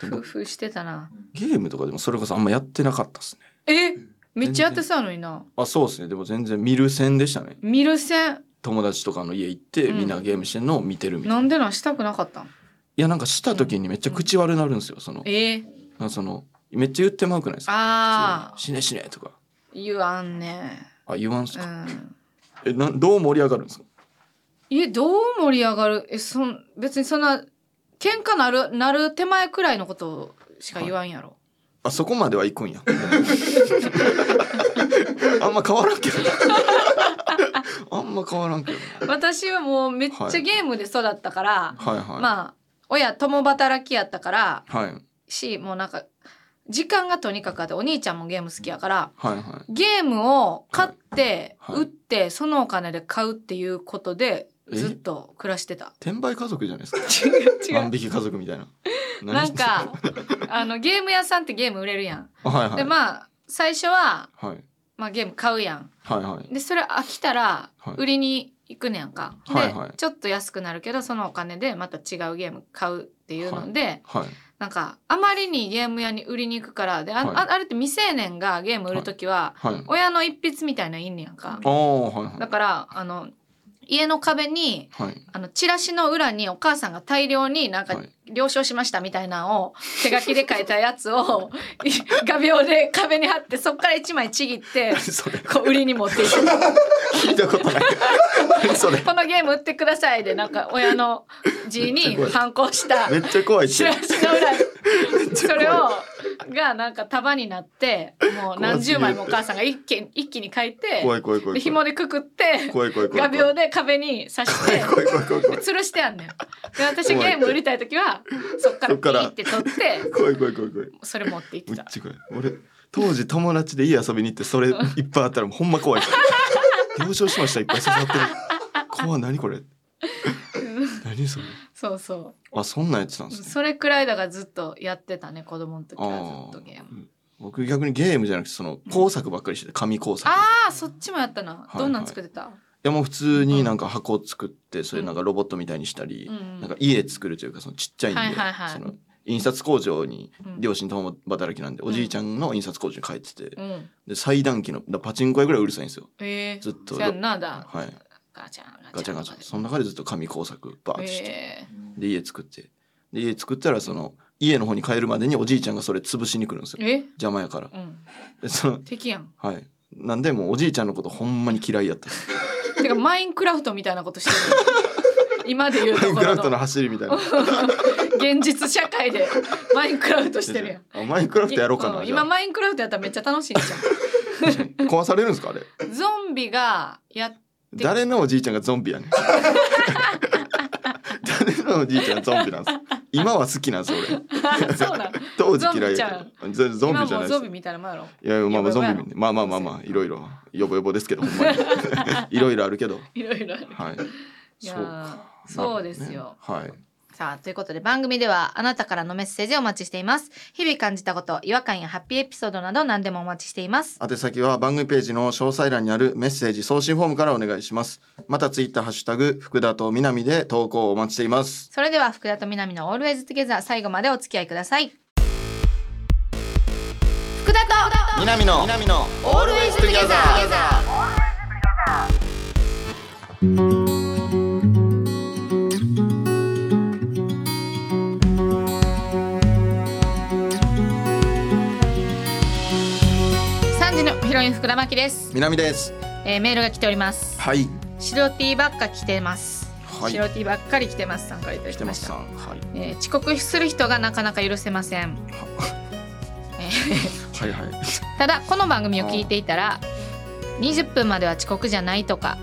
[SPEAKER 2] で
[SPEAKER 1] 夫
[SPEAKER 2] も
[SPEAKER 1] 婦してたな
[SPEAKER 2] ゲームとかでもそれこそあんまやってなかったですね。
[SPEAKER 1] えめっちゃやってそうやのにな
[SPEAKER 2] あ、そうですね。でも全然見る線でしたね。
[SPEAKER 1] 見る線
[SPEAKER 2] 友達とかの家行って
[SPEAKER 1] うん
[SPEAKER 2] みんなゲームしてんのを見てるみたいな。
[SPEAKER 1] なんでなんしたくなかったん
[SPEAKER 2] いやなんかした時にめっちゃ口悪なるんですよ。その
[SPEAKER 1] えー、
[SPEAKER 2] なんかそのめっちゃ言ってまうくないですか。
[SPEAKER 1] あー
[SPEAKER 2] 死ね死ねとか。
[SPEAKER 1] 言わんね
[SPEAKER 2] あ言わんす
[SPEAKER 1] う
[SPEAKER 2] か。
[SPEAKER 1] ん
[SPEAKER 2] えなんどう盛り上がるんですか。
[SPEAKER 1] えどう盛り上がるえそん別にそんな喧嘩なるなる手前くらいのことしか言わんやろ、
[SPEAKER 2] あそこまでは行くんや。 あんま変わらんけど。 あんま変わらんけど。
[SPEAKER 1] 私はもうめっちゃゲームで育ったから、
[SPEAKER 2] はいはい。
[SPEAKER 1] まあ親共働きやったから
[SPEAKER 2] はいはい
[SPEAKER 1] しもうなんか時間がとにかくあってお兄ちゃんもゲーム好きやから
[SPEAKER 2] はい。
[SPEAKER 1] ゲームを買って、
[SPEAKER 2] はいは
[SPEAKER 1] 売
[SPEAKER 2] い
[SPEAKER 1] ってそのお金で買うっていうことでずっと暮らして た。
[SPEAKER 2] 転売家族じゃないですか。
[SPEAKER 1] 違う違
[SPEAKER 2] 万
[SPEAKER 1] う
[SPEAKER 2] 引き家族みたいな。
[SPEAKER 1] な
[SPEAKER 2] 何し
[SPEAKER 1] ん
[SPEAKER 2] て
[SPEAKER 1] かあのゲーム屋さんってゲーム売れるやん。
[SPEAKER 2] あ はいはい。
[SPEAKER 1] でまあ最初は、
[SPEAKER 2] はい
[SPEAKER 1] まあ、ゲーム買うやん。
[SPEAKER 2] はいはい。
[SPEAKER 1] でそれ飽きたら
[SPEAKER 2] はい
[SPEAKER 1] 売りに行くねやんか。で、
[SPEAKER 2] はいはい
[SPEAKER 1] ちょっと安くなるけどそのお金でまた違うゲーム買うっていうので、
[SPEAKER 2] はい
[SPEAKER 1] なんかあまりにゲーム屋に売りに行くからであ,あ、
[SPEAKER 2] はい
[SPEAKER 1] あれって未成年がゲーム売る時は、
[SPEAKER 2] はい
[SPEAKER 1] 親の一筆みたいなのいんねやんか。
[SPEAKER 2] ああはいはい
[SPEAKER 1] だからあの家の壁に
[SPEAKER 2] はい
[SPEAKER 1] あのチラシの裏にお母さんが大量になんか
[SPEAKER 2] はい
[SPEAKER 1] 了承しましたみたいなのを手書きで書いたやつを い画鋲で壁に貼ってそっから一枚ちぎって
[SPEAKER 2] それ
[SPEAKER 1] こう売りに持っていく
[SPEAKER 2] 聞いたことない何それ
[SPEAKER 1] このゲーム売ってくださいでなんか親の字に反抗した
[SPEAKER 2] めっちゃ怖いって
[SPEAKER 1] チラシの裏にそれをがなんか束になってもう何十枚もお母さんが一気に一気に書いて
[SPEAKER 2] 怖い怖い怖
[SPEAKER 1] で
[SPEAKER 2] い
[SPEAKER 1] 紐でくくって
[SPEAKER 2] 怖い怖い怖
[SPEAKER 1] 画
[SPEAKER 2] い怖
[SPEAKER 1] 鋲
[SPEAKER 2] い
[SPEAKER 1] で壁に刺して。
[SPEAKER 2] 怖い怖い怖い怖い
[SPEAKER 1] 吊るしてあんねん。で私ゲーム売りたい時はそっからピーって取って
[SPEAKER 2] 怖い怖い怖い怖い
[SPEAKER 1] それ持って行っ
[SPEAKER 2] め
[SPEAKER 1] て。
[SPEAKER 2] ったちゃ怖い俺当時友達で家遊びに行ってそれいっぱいあったらもうほんま 怖いから了承しましたいっぱい刺さってる怖い何これ何それ
[SPEAKER 1] そうそ
[SPEAKER 2] あそんなんやってたん
[SPEAKER 1] う。
[SPEAKER 2] ですね
[SPEAKER 1] それくらいだからずっとやってたね子供の時はずっとゲーム。
[SPEAKER 2] 僕逆にゲームじゃなくてその工作ばっかりしてて紙工作い
[SPEAKER 1] ああそっちもやったな。
[SPEAKER 2] い
[SPEAKER 1] どんなん作ってた？
[SPEAKER 2] やもう普通になんか箱を作ってそれなんかロボットみたいにしたり、
[SPEAKER 1] うん
[SPEAKER 2] なんか家作るというかそのちっちゃいんで、
[SPEAKER 1] はいはいはい
[SPEAKER 2] その印刷工場に
[SPEAKER 1] うん
[SPEAKER 2] 両親共働きなんで、おじいちゃんの印刷工場に帰ってて、
[SPEAKER 1] うん。
[SPEAKER 2] で裁断機のだからパチンコ屋ぐらいうるさいんですよ
[SPEAKER 1] ええ
[SPEAKER 2] ずっと
[SPEAKER 1] ー。じゃあなだ。
[SPEAKER 2] はい
[SPEAKER 1] ガチャン
[SPEAKER 2] ガチャガチャその中でずっと紙工作バーってして、
[SPEAKER 1] え
[SPEAKER 2] で家作ってで家作ったらその家の方に帰るまでにおじいちゃんがそれ潰しに来るんですよ
[SPEAKER 1] ー、え？
[SPEAKER 2] 邪魔やから
[SPEAKER 1] うん。
[SPEAKER 2] でその
[SPEAKER 1] 敵やん。
[SPEAKER 2] はいなんでもうおじいちゃんのことほんまに嫌いやった
[SPEAKER 1] てかマインクラフトみたいなことして る。今で言う
[SPEAKER 2] マイ
[SPEAKER 1] と
[SPEAKER 2] ン
[SPEAKER 1] こ
[SPEAKER 2] クラ
[SPEAKER 1] ろ
[SPEAKER 2] フトの
[SPEAKER 1] の
[SPEAKER 2] 走りみたい な
[SPEAKER 1] 現実社会でマインクラフトしてるやん。
[SPEAKER 2] あマインクラフトやろうか
[SPEAKER 1] う
[SPEAKER 2] なんじゃ
[SPEAKER 1] 今
[SPEAKER 2] あ
[SPEAKER 1] マインクラフトやったらめっちゃ楽しいんじ
[SPEAKER 2] 壊されるんですかあれ
[SPEAKER 1] ゃんゾンビがや っで
[SPEAKER 2] 誰のおじいちゃんがゾンビやねん誰のおじいちゃんがゾンビなんですか今は好きなんですよ俺
[SPEAKER 1] そうなの
[SPEAKER 2] 当時嫌いやったゾゾン
[SPEAKER 1] 今
[SPEAKER 2] ビじゃ
[SPEAKER 1] も
[SPEAKER 2] な
[SPEAKER 1] う
[SPEAKER 2] いで
[SPEAKER 1] ゾ
[SPEAKER 2] す
[SPEAKER 1] ンビみたいなもんやろ
[SPEAKER 2] いやまあまあゾンビみたいなまあまあまあまあ
[SPEAKER 1] そうそう
[SPEAKER 2] いろいろヨボヨボですけどほん まにいろいろあるけど
[SPEAKER 1] いろいろある
[SPEAKER 2] はい
[SPEAKER 1] いや
[SPEAKER 2] そうか
[SPEAKER 1] ーそうですよ
[SPEAKER 2] なるほどね
[SPEAKER 1] さあということで番組ではあなたからのメッセージをお待ちしています日々感じたこと違和感やハッピーエピソードなど何でもお待ちしています
[SPEAKER 2] はい宛先は番組ページの詳細欄にあるメッセージ送信フォームからお願いしますまたツイッターハッシュタグ福田と南で投稿をお待ちしています
[SPEAKER 1] それでは福田と南の Always Together 最後までお付き合いください福田と
[SPEAKER 2] 南の南の
[SPEAKER 1] Always Together 3時のヒロイン福田真希です、
[SPEAKER 2] 南です
[SPEAKER 1] えー、メールが来ております
[SPEAKER 2] はい
[SPEAKER 1] 白 T ばっか着てます、
[SPEAKER 2] はい
[SPEAKER 1] 白 T ばっかり着てますさんからいただ
[SPEAKER 2] 来
[SPEAKER 1] き
[SPEAKER 2] て
[SPEAKER 1] ま
[SPEAKER 2] ま
[SPEAKER 1] し
[SPEAKER 2] す
[SPEAKER 1] た
[SPEAKER 2] さんはい
[SPEAKER 1] えー遅刻する人がなかなか許せません、えー
[SPEAKER 2] はいはい、うん、
[SPEAKER 1] ただこの番組を聞いていたら20分までは遅刻じゃないとか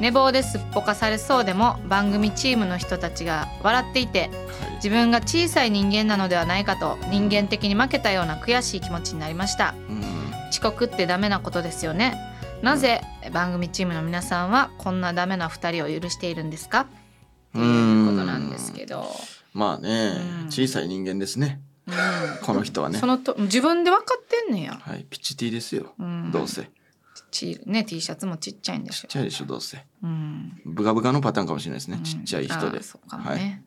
[SPEAKER 1] 寝坊ですっぽかされそうでも番組チームの人たちが笑っていて
[SPEAKER 2] はい
[SPEAKER 1] 自分が小さい人間なのではないかと人間的に負けたような悔しい気持ちになりました
[SPEAKER 2] うん
[SPEAKER 1] 遅刻ってダメなことですよねなぜ番組チームの皆さんはこんなダメな二人を許しているんですかということなんですけど、
[SPEAKER 2] まあね
[SPEAKER 1] うん
[SPEAKER 2] 小さい人間ですね
[SPEAKER 1] う
[SPEAKER 2] この人は
[SPEAKER 1] ん
[SPEAKER 2] ね
[SPEAKER 1] そのと自分で分かってんねや、
[SPEAKER 2] はいピチティですよ
[SPEAKER 1] うん、
[SPEAKER 2] どうせ
[SPEAKER 1] ちね T シャツもちっちゃいんで
[SPEAKER 2] ち
[SPEAKER 1] し
[SPEAKER 2] っ
[SPEAKER 1] ょ
[SPEAKER 2] ちゃいでしょどうせ
[SPEAKER 1] うん
[SPEAKER 2] ブカブカのパターンかもしれないです
[SPEAKER 1] う
[SPEAKER 2] ね
[SPEAKER 1] ん
[SPEAKER 2] ちっちゃい人
[SPEAKER 1] あ
[SPEAKER 2] で
[SPEAKER 1] ーそうかもね、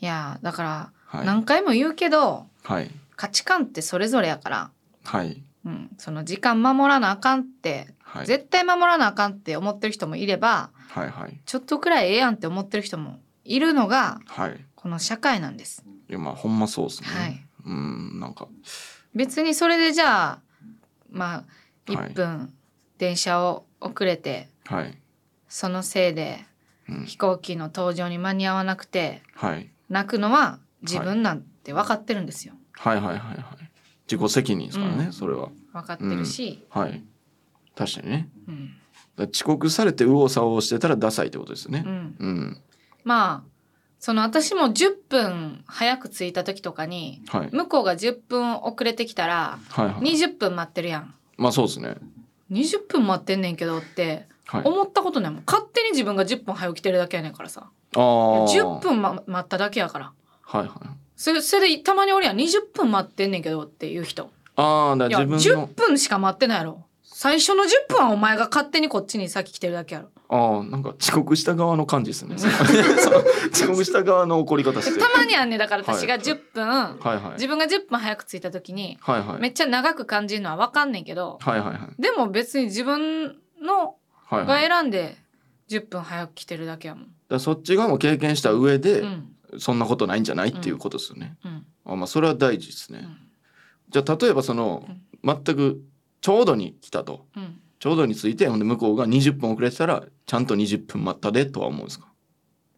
[SPEAKER 1] い、やーだから
[SPEAKER 2] はい
[SPEAKER 1] 何回も言うけど
[SPEAKER 2] はい
[SPEAKER 1] 価値観ってそれぞれやから、
[SPEAKER 2] はい
[SPEAKER 1] うん、その時間守らなあかんって、
[SPEAKER 2] はい
[SPEAKER 1] 絶対守らなあかんって思ってる人もいれば
[SPEAKER 2] はいはい
[SPEAKER 1] ちょっとくらいええやんって思ってる人もいるのが
[SPEAKER 2] はい
[SPEAKER 1] この社会なんです。
[SPEAKER 2] いやまあほんまそうですね、
[SPEAKER 1] はい
[SPEAKER 2] うんなんか
[SPEAKER 1] 別にそれでじゃあまあ
[SPEAKER 2] はい
[SPEAKER 1] 1分電車を遅れて、
[SPEAKER 2] はい
[SPEAKER 1] そのせいで
[SPEAKER 2] うん
[SPEAKER 1] 飛行機の搭乗に間に合わなくて
[SPEAKER 2] はい
[SPEAKER 1] 泣くのは自分なんて分かってるんですよ。
[SPEAKER 2] はいはいはいはい自己責任ですからね、
[SPEAKER 1] うん
[SPEAKER 2] それは
[SPEAKER 1] 分かってるし、
[SPEAKER 2] はい確かにね
[SPEAKER 1] うん
[SPEAKER 2] だから遅刻されて右往左往してたらダサいってことですよね
[SPEAKER 1] うん
[SPEAKER 2] うん、
[SPEAKER 1] まあその私も10分早く着いた時とかに
[SPEAKER 2] はい
[SPEAKER 1] 向こうが10分遅れてきたら
[SPEAKER 2] はいはい
[SPEAKER 1] 20分待ってるやん。
[SPEAKER 2] まあそうですね
[SPEAKER 1] 20分待ってんねんけどって
[SPEAKER 2] はい
[SPEAKER 1] 思ったことないもん勝手に自分が10分早起きてるだけやねんからさ
[SPEAKER 2] ああ
[SPEAKER 1] 10分、ま、待っただけやから
[SPEAKER 2] はいはい
[SPEAKER 1] それそれでたまに俺やん20分待ってんねんけどっていう人
[SPEAKER 2] ああだ
[SPEAKER 1] い
[SPEAKER 2] か
[SPEAKER 1] や
[SPEAKER 2] ら自分
[SPEAKER 1] 10
[SPEAKER 2] の
[SPEAKER 1] 分しか待ってないやろ最初の10分はお前が勝手にこっちに先来てるだけやろ
[SPEAKER 2] ああなんか遅刻した側の感じです ねそう遅刻した側の怒り方して
[SPEAKER 1] たまにはねだから
[SPEAKER 2] はい
[SPEAKER 1] 私が10分、
[SPEAKER 2] はいはい
[SPEAKER 1] 自分が10分早く着いた時に
[SPEAKER 2] はいはい
[SPEAKER 1] めっちゃ長く感じるのは分かんねんけど
[SPEAKER 2] はいはいはい
[SPEAKER 1] でも別に自分の
[SPEAKER 2] はい
[SPEAKER 1] が
[SPEAKER 2] はいだか
[SPEAKER 1] 選んで10分早く来てるだけやもん。
[SPEAKER 2] らそっち側も経験した上で、
[SPEAKER 1] うん
[SPEAKER 2] そんなことないんじゃないっていうことですよね、
[SPEAKER 1] うん
[SPEAKER 2] あまあそれは大事ですね、
[SPEAKER 1] うん
[SPEAKER 2] じゃあ例えばその
[SPEAKER 1] うん
[SPEAKER 2] 全くちょうどに来たと
[SPEAKER 1] うん、
[SPEAKER 2] ちょうどについてほんで向こうが20分遅れてたらちゃんと20分待ったでとは思うんですか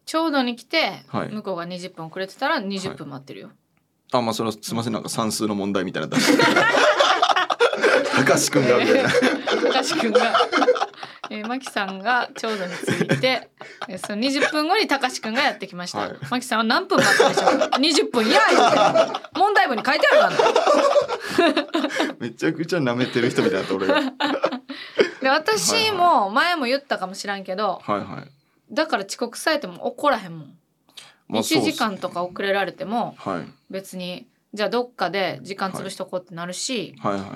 [SPEAKER 1] ちょうどに来て、
[SPEAKER 2] はい
[SPEAKER 1] 向こうが20分遅れてたら20分待ってるよ。
[SPEAKER 2] あまあそれはすいませんなんか算数の問題みたいな出して高橋君がみたいな
[SPEAKER 1] 高橋くんが、 えー、マキさんがちょうどについて、 えーその20分後に高橋くんがやってきました。
[SPEAKER 2] はい
[SPEAKER 1] マキさんは何分待ったでしょう ?20 分いや言う て問題文に書いてあるからな
[SPEAKER 2] めちゃくちゃ舐めてる人みたいなと俺がはい
[SPEAKER 1] で私も前も言ったかもしらんけど、
[SPEAKER 2] はい
[SPEAKER 1] だから遅刻されても怒らへんもん。
[SPEAKER 2] まあそう
[SPEAKER 1] 1
[SPEAKER 2] っすね
[SPEAKER 1] 時間とか遅れられても
[SPEAKER 2] はい
[SPEAKER 1] 別にじゃあどっかで時間潰しとこうってなるし、
[SPEAKER 2] はいはいはい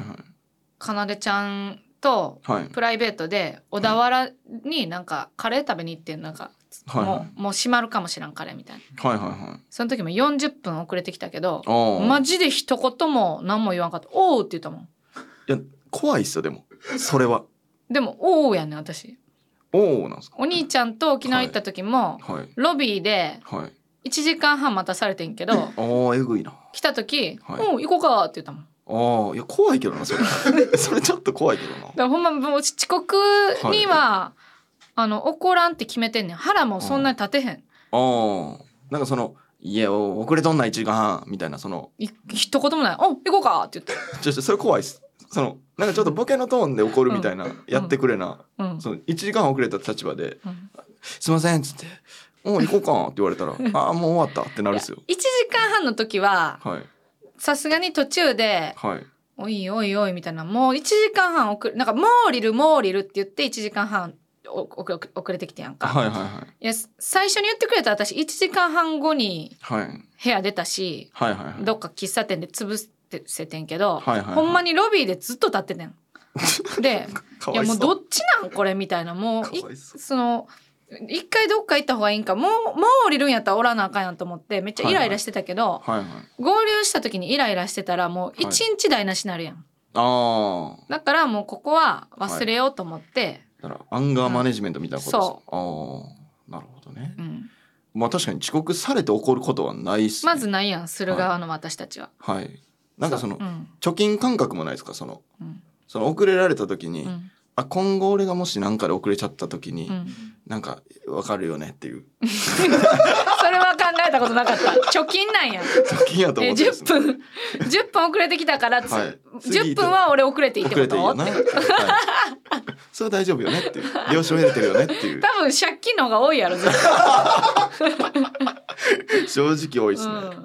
[SPEAKER 1] かなでちゃんと
[SPEAKER 2] はい
[SPEAKER 1] プライベートで小田原になんかカレー食べに行ってなんか、
[SPEAKER 2] はいはい
[SPEAKER 1] もうもう閉まるかもしらんカレーみたいな
[SPEAKER 2] はいはいはい
[SPEAKER 1] その時も40分遅れてきたけど
[SPEAKER 2] ああ、
[SPEAKER 1] マジで一言も何も言わんかった「おう」って言ったもん
[SPEAKER 2] いや怖いっすよでもそれは
[SPEAKER 1] でも「おう」やねん私
[SPEAKER 2] おおなんですか
[SPEAKER 1] お兄ちゃんと沖縄行った時も、
[SPEAKER 2] はい
[SPEAKER 1] ロビーで
[SPEAKER 2] はい
[SPEAKER 1] 1時間半待たされてんけど
[SPEAKER 2] ああえぐいな
[SPEAKER 1] 来た時「
[SPEAKER 2] はい
[SPEAKER 1] おう行こうか」って言ったもん
[SPEAKER 2] ああいや怖いけどなそ れそれちょっと怖いけどな
[SPEAKER 1] だからほんまもう遅刻には、あの怒らんって決めてんねん腹もそんなに立てへん、
[SPEAKER 2] ああなんかその「いやお遅れとんない1時間半」みたいなその
[SPEAKER 1] い一言もない「お行こうか」って言って、
[SPEAKER 2] ちょっとそれ怖いっすそのなんかちょっとボケのトーンで怒るみたいな、やってくれな、
[SPEAKER 1] うん
[SPEAKER 2] その1時間遅れた立場で
[SPEAKER 1] うん
[SPEAKER 2] 「すいません」っつって「うん行こうか」って言われたら「ああもう終わった」ってなるっすよ
[SPEAKER 1] 1時間半の時は
[SPEAKER 2] はい
[SPEAKER 1] さすがに途中で
[SPEAKER 2] はい
[SPEAKER 1] 「おいおいおい」みたいなもう1時間半遅れなんか「もう降りるもう降りる」って言って1時間半おお遅遅れてきてやんか、
[SPEAKER 2] はいはいはい
[SPEAKER 1] いや最初に言ってくれたら私1時間半後に
[SPEAKER 2] はい
[SPEAKER 1] 部屋出たし
[SPEAKER 2] はいはいはい
[SPEAKER 1] どっか喫茶店で潰せてんけど、
[SPEAKER 2] はいはいはい
[SPEAKER 1] ほんまにロビーでずっと立ってて んで
[SPEAKER 2] か
[SPEAKER 1] いや
[SPEAKER 2] わい
[SPEAKER 1] もう
[SPEAKER 2] そ
[SPEAKER 1] ど
[SPEAKER 2] う
[SPEAKER 1] っちなんこれみたいなもうい
[SPEAKER 2] かわいそう
[SPEAKER 1] その一回どっか行った方がいいんかもうもう降りるんやったらおらなあかんやんと思ってめっちゃイライラしてたけど、
[SPEAKER 2] はいはい
[SPEAKER 1] 合流した時にイライラしてたらもう一日台無しになるやん、
[SPEAKER 2] ああ
[SPEAKER 1] だからもうここは忘れようと思って、
[SPEAKER 2] だからアンガーマネジメントみたいなこ
[SPEAKER 1] そ
[SPEAKER 2] とですか、ああなるほどね、
[SPEAKER 1] うん、
[SPEAKER 2] まあ確かに遅刻されて怒ることはないっすね
[SPEAKER 1] まずないやんする側の私たちは。
[SPEAKER 2] はいなんかその
[SPEAKER 1] ううん
[SPEAKER 2] 貯金感覚もないですかその
[SPEAKER 1] うん
[SPEAKER 2] その遅れられた時に、
[SPEAKER 1] うん
[SPEAKER 2] あ今後俺がもし何かで遅れちゃった時に、
[SPEAKER 1] うん
[SPEAKER 2] なんか分かるよねっていう
[SPEAKER 1] それは考えたことなかった貯金なんや
[SPEAKER 2] 貯金やと
[SPEAKER 1] え
[SPEAKER 2] 思ってます
[SPEAKER 1] 10分10分 遅れてきたからつ、
[SPEAKER 2] はい
[SPEAKER 1] 10分は俺遅れていいっ
[SPEAKER 2] 遅
[SPEAKER 1] て
[SPEAKER 2] れ
[SPEAKER 1] こ
[SPEAKER 2] ていい
[SPEAKER 1] と
[SPEAKER 2] よな、はい、それは大丈夫よねっていう了承得れてるよねっていう
[SPEAKER 1] 多分借金の方が多いやろ絶対
[SPEAKER 2] 正直多いですね、
[SPEAKER 1] うん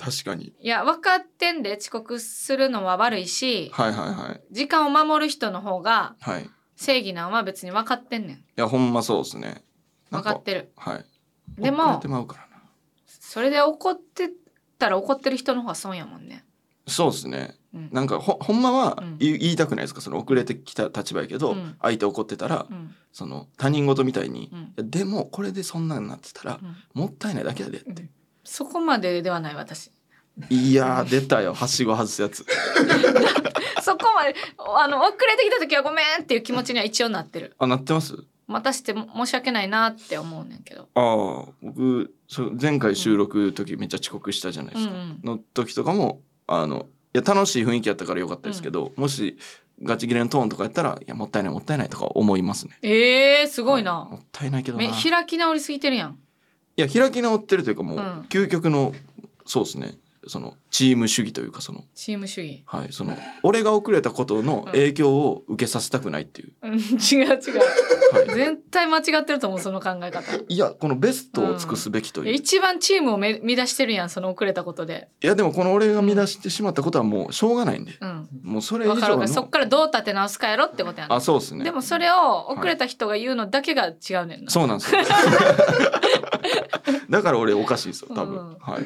[SPEAKER 2] 確かに
[SPEAKER 1] いや分かってんで遅刻するのは悪いし
[SPEAKER 2] はいはいはい
[SPEAKER 1] 時間を守る人の方が
[SPEAKER 2] はいい
[SPEAKER 1] 正義なんは別に分かってんねん
[SPEAKER 2] やほんまそうですねな
[SPEAKER 1] 分
[SPEAKER 2] ん
[SPEAKER 1] かってる
[SPEAKER 2] はい
[SPEAKER 1] で
[SPEAKER 2] 遅れ
[SPEAKER 1] も
[SPEAKER 2] てまうからな
[SPEAKER 1] それで怒ってたら怒ってる人の方が損やもんね
[SPEAKER 2] そうですね
[SPEAKER 1] うん
[SPEAKER 2] なんかほほんまは
[SPEAKER 1] うん
[SPEAKER 2] 言,、言いたくないですかその遅れてきた立場やけど、
[SPEAKER 1] うん
[SPEAKER 2] 相手怒ってたら、
[SPEAKER 1] うん
[SPEAKER 2] その他人事みたいに、
[SPEAKER 1] うん
[SPEAKER 2] いやでもこれでそんなんなってたら
[SPEAKER 1] う、ん
[SPEAKER 2] もったいないだけやでって、
[SPEAKER 1] そこまでではない私
[SPEAKER 2] いやー出 たよはしご外すやつ
[SPEAKER 1] そこまであの遅れてきた時はごめんっていう気持ちには一応なってる
[SPEAKER 2] あなってます
[SPEAKER 1] 待たして申し訳ないなって思うねんけど
[SPEAKER 2] ああ僕そう前回収録の時めっちゃ遅刻したじゃないですか、
[SPEAKER 1] うんうん
[SPEAKER 2] の時とかもあのいや楽しい雰囲気やったからよかったですけど、もしガチ切れのトーンとかやったらいやもったいないもったいないとか思いますね
[SPEAKER 1] えー、す
[SPEAKER 2] す
[SPEAKER 1] ごいな
[SPEAKER 2] もったいないけどな
[SPEAKER 1] め開き直りすぎてるやん
[SPEAKER 2] いや開き直ってるというかもう、
[SPEAKER 1] うん
[SPEAKER 2] 究極のそうですねそのチーム主義というかその
[SPEAKER 1] チーム主義
[SPEAKER 2] はいその俺が遅れたことの影響を受けさせたくないっていう、
[SPEAKER 1] うん違う違う
[SPEAKER 2] は
[SPEAKER 1] 絶対間違ってると思うその考え方
[SPEAKER 2] い、いやこのベストを尽くすべきと
[SPEAKER 1] い
[SPEAKER 2] い
[SPEAKER 1] や
[SPEAKER 2] う、い
[SPEAKER 1] 一番チームをめ乱してるやんその遅れたことで
[SPEAKER 2] やでもこの俺が乱してしまったことはもうしょうがないんで
[SPEAKER 1] うん
[SPEAKER 2] もうそれ以
[SPEAKER 1] 分かる
[SPEAKER 2] 上
[SPEAKER 1] 分か
[SPEAKER 2] の
[SPEAKER 1] るそっからどう立て直すかやろってことやん、
[SPEAKER 2] あそうですね
[SPEAKER 1] でもそれを遅れた人が言うのだけが違うねんな、
[SPEAKER 2] そうな んですよだから俺おかしいですよ多分、
[SPEAKER 1] うん
[SPEAKER 2] はい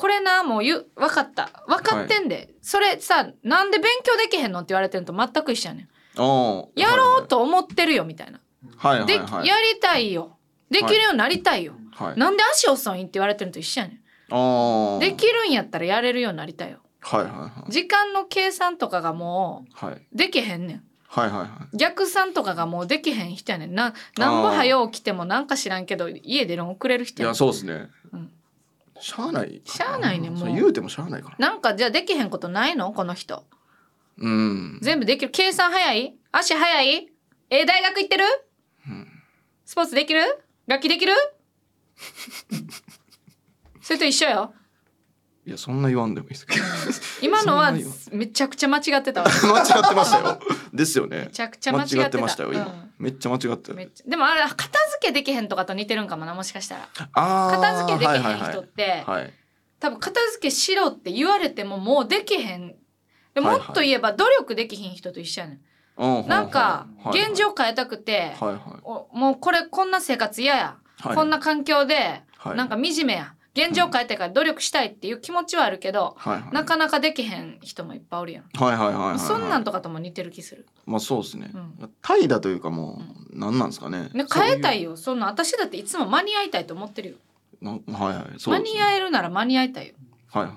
[SPEAKER 1] これなもう言う分かった分かってんで、それさなんで勉強できへんのって言われてんと全く一緒やねん
[SPEAKER 2] ああ
[SPEAKER 1] やろうと思ってるよみたいな、
[SPEAKER 2] はいは
[SPEAKER 1] で、
[SPEAKER 2] いはい
[SPEAKER 1] やりたいよできるようになりたいよ、
[SPEAKER 2] はい
[SPEAKER 1] なんで足遅いんって言われてるのと一緒やね
[SPEAKER 2] あー
[SPEAKER 1] んできるんやったらやれるようになりたいよ
[SPEAKER 2] はいはいはい
[SPEAKER 1] 時間の計算とかがも
[SPEAKER 2] はい。
[SPEAKER 1] うできへんねん
[SPEAKER 2] はいはいはい。
[SPEAKER 1] 逆算とかがもうできへん人やねんななんぼ早起きてもなんか知らんけど家出るの遅れる人や
[SPEAKER 2] い
[SPEAKER 1] ね
[SPEAKER 2] や
[SPEAKER 1] ん
[SPEAKER 2] そうですね
[SPEAKER 1] うん。
[SPEAKER 2] しゃあないかな。
[SPEAKER 1] しゃあないねもう
[SPEAKER 2] そ言うてもしゃあないから。
[SPEAKER 1] なんかじゃあできへんことないのこの人
[SPEAKER 2] うん。
[SPEAKER 1] 全部できる計算早い足早いえー大学行ってる、
[SPEAKER 2] うん
[SPEAKER 1] スポーツできる楽器でき るそれと一緒よ
[SPEAKER 2] いやそんな言わんでもいいですけど。
[SPEAKER 1] 今のは
[SPEAKER 2] そんな言わ
[SPEAKER 1] めちゃくちゃ間違ってたわめ
[SPEAKER 2] 間違ってましたよ。ですよね。
[SPEAKER 1] ちゃくちゃ間違ってた
[SPEAKER 2] ましたよ今、
[SPEAKER 1] うん
[SPEAKER 2] めっちゃ間違って
[SPEAKER 1] め
[SPEAKER 2] た。
[SPEAKER 1] っちゃでもあれ片付けできへんとかと似てるんかもなもしかしたら
[SPEAKER 2] あー
[SPEAKER 1] 片付けできへん
[SPEAKER 2] はいはい
[SPEAKER 1] 人
[SPEAKER 2] は
[SPEAKER 1] っ
[SPEAKER 2] い
[SPEAKER 1] て、
[SPEAKER 2] はい。
[SPEAKER 1] 多分片付けしろって言われてももうできへんで
[SPEAKER 2] はい
[SPEAKER 1] も
[SPEAKER 2] はい
[SPEAKER 1] っと言えば努力できひん人と一緒やねん、
[SPEAKER 2] うほうほう
[SPEAKER 1] なんか
[SPEAKER 2] はいはい
[SPEAKER 1] 現状変えたくて、
[SPEAKER 2] はいはい
[SPEAKER 1] おもうこれこんな生活嫌や、
[SPEAKER 2] はい。
[SPEAKER 1] こんな環境で、
[SPEAKER 2] はい
[SPEAKER 1] なんか惨めや現状変えてから努力したいっていう気持ちはあるけど、
[SPEAKER 2] はいはい
[SPEAKER 1] なかなかできへん人もいっぱいおるやん、
[SPEAKER 2] はいはいはいはいはい。
[SPEAKER 1] そんなんとかとも似てる気する、
[SPEAKER 2] まあそうですね
[SPEAKER 1] う。
[SPEAKER 2] 怠惰というかもうなんなんですかね。
[SPEAKER 1] ね、変えた
[SPEAKER 2] い。
[SPEAKER 1] いよそんなん私だっていつも間に合いたいと思ってるよ、
[SPEAKER 2] なはいはい。そう
[SPEAKER 1] 間
[SPEAKER 2] です
[SPEAKER 1] に
[SPEAKER 2] ね
[SPEAKER 1] 合えるなら間に合いたいよ
[SPEAKER 2] はいはい。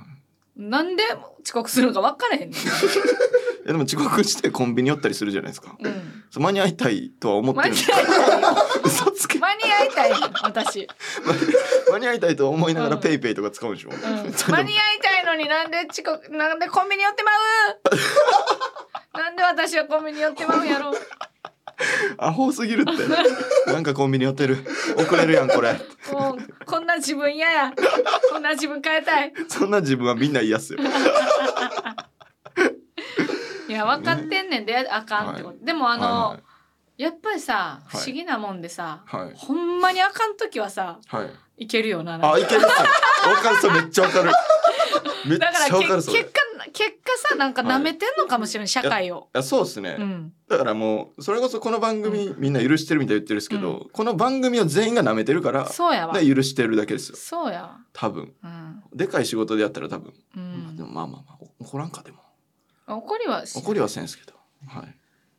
[SPEAKER 1] なんで遅刻するのか分からへんね
[SPEAKER 2] えでも遅刻してコンビニ寄ったりするじゃないですか。
[SPEAKER 1] ん、うん
[SPEAKER 2] そう間に合いたいとは 思って
[SPEAKER 1] 間
[SPEAKER 2] るん
[SPEAKER 1] に
[SPEAKER 2] です
[SPEAKER 1] 合いたいよ
[SPEAKER 2] 嘘つ け
[SPEAKER 1] 間に合いたいの私、
[SPEAKER 2] 間に合いたいと思いながら
[SPEAKER 1] うん
[SPEAKER 2] ペイペイとか使うんでしょ、う
[SPEAKER 1] うん、間に合いたいのになんで遅刻なんでコンビニ寄ってまう なんで私はコンビニ寄ってまうんやろ
[SPEAKER 2] アホすぎるってなんかコンビニ寄ってる遅れるやんこれ
[SPEAKER 1] もうこんな自分嫌やこんな自分変えたい
[SPEAKER 2] そんな自分はみんな嫌っすよ
[SPEAKER 1] いや分かってんねんであかんってこと、でもあの、
[SPEAKER 2] は
[SPEAKER 1] やっぱりさ不
[SPEAKER 2] い
[SPEAKER 1] 思議なもんでさ、
[SPEAKER 2] いはい
[SPEAKER 1] ほんまにあかん時はさ
[SPEAKER 2] はい、はい、
[SPEAKER 1] いけるよななんか
[SPEAKER 2] あいけるっすよわかるそうめっちゃわかるめっち
[SPEAKER 1] だから
[SPEAKER 2] ゃわ
[SPEAKER 1] け
[SPEAKER 2] かる
[SPEAKER 1] 結
[SPEAKER 2] そ
[SPEAKER 1] 果
[SPEAKER 2] れい
[SPEAKER 1] 結果さなんか
[SPEAKER 2] はい
[SPEAKER 1] 舐めてんのかもしれない、社会を。
[SPEAKER 2] やそうっすね、
[SPEAKER 1] うん、
[SPEAKER 2] だからもうそれこそこの番組、みんな許してるみたいに言ってるんですけど、この番組を全員が舐めてるから
[SPEAKER 1] そうやわ
[SPEAKER 2] で許してるだけですよ
[SPEAKER 1] そうやわ
[SPEAKER 2] 多分
[SPEAKER 1] うん、
[SPEAKER 2] でかい仕事でやったら多分、
[SPEAKER 1] う
[SPEAKER 2] でも
[SPEAKER 1] ん、
[SPEAKER 2] まあまあまあお怒らんかでも
[SPEAKER 1] 怒りはし
[SPEAKER 2] 怒りはせんすけどはい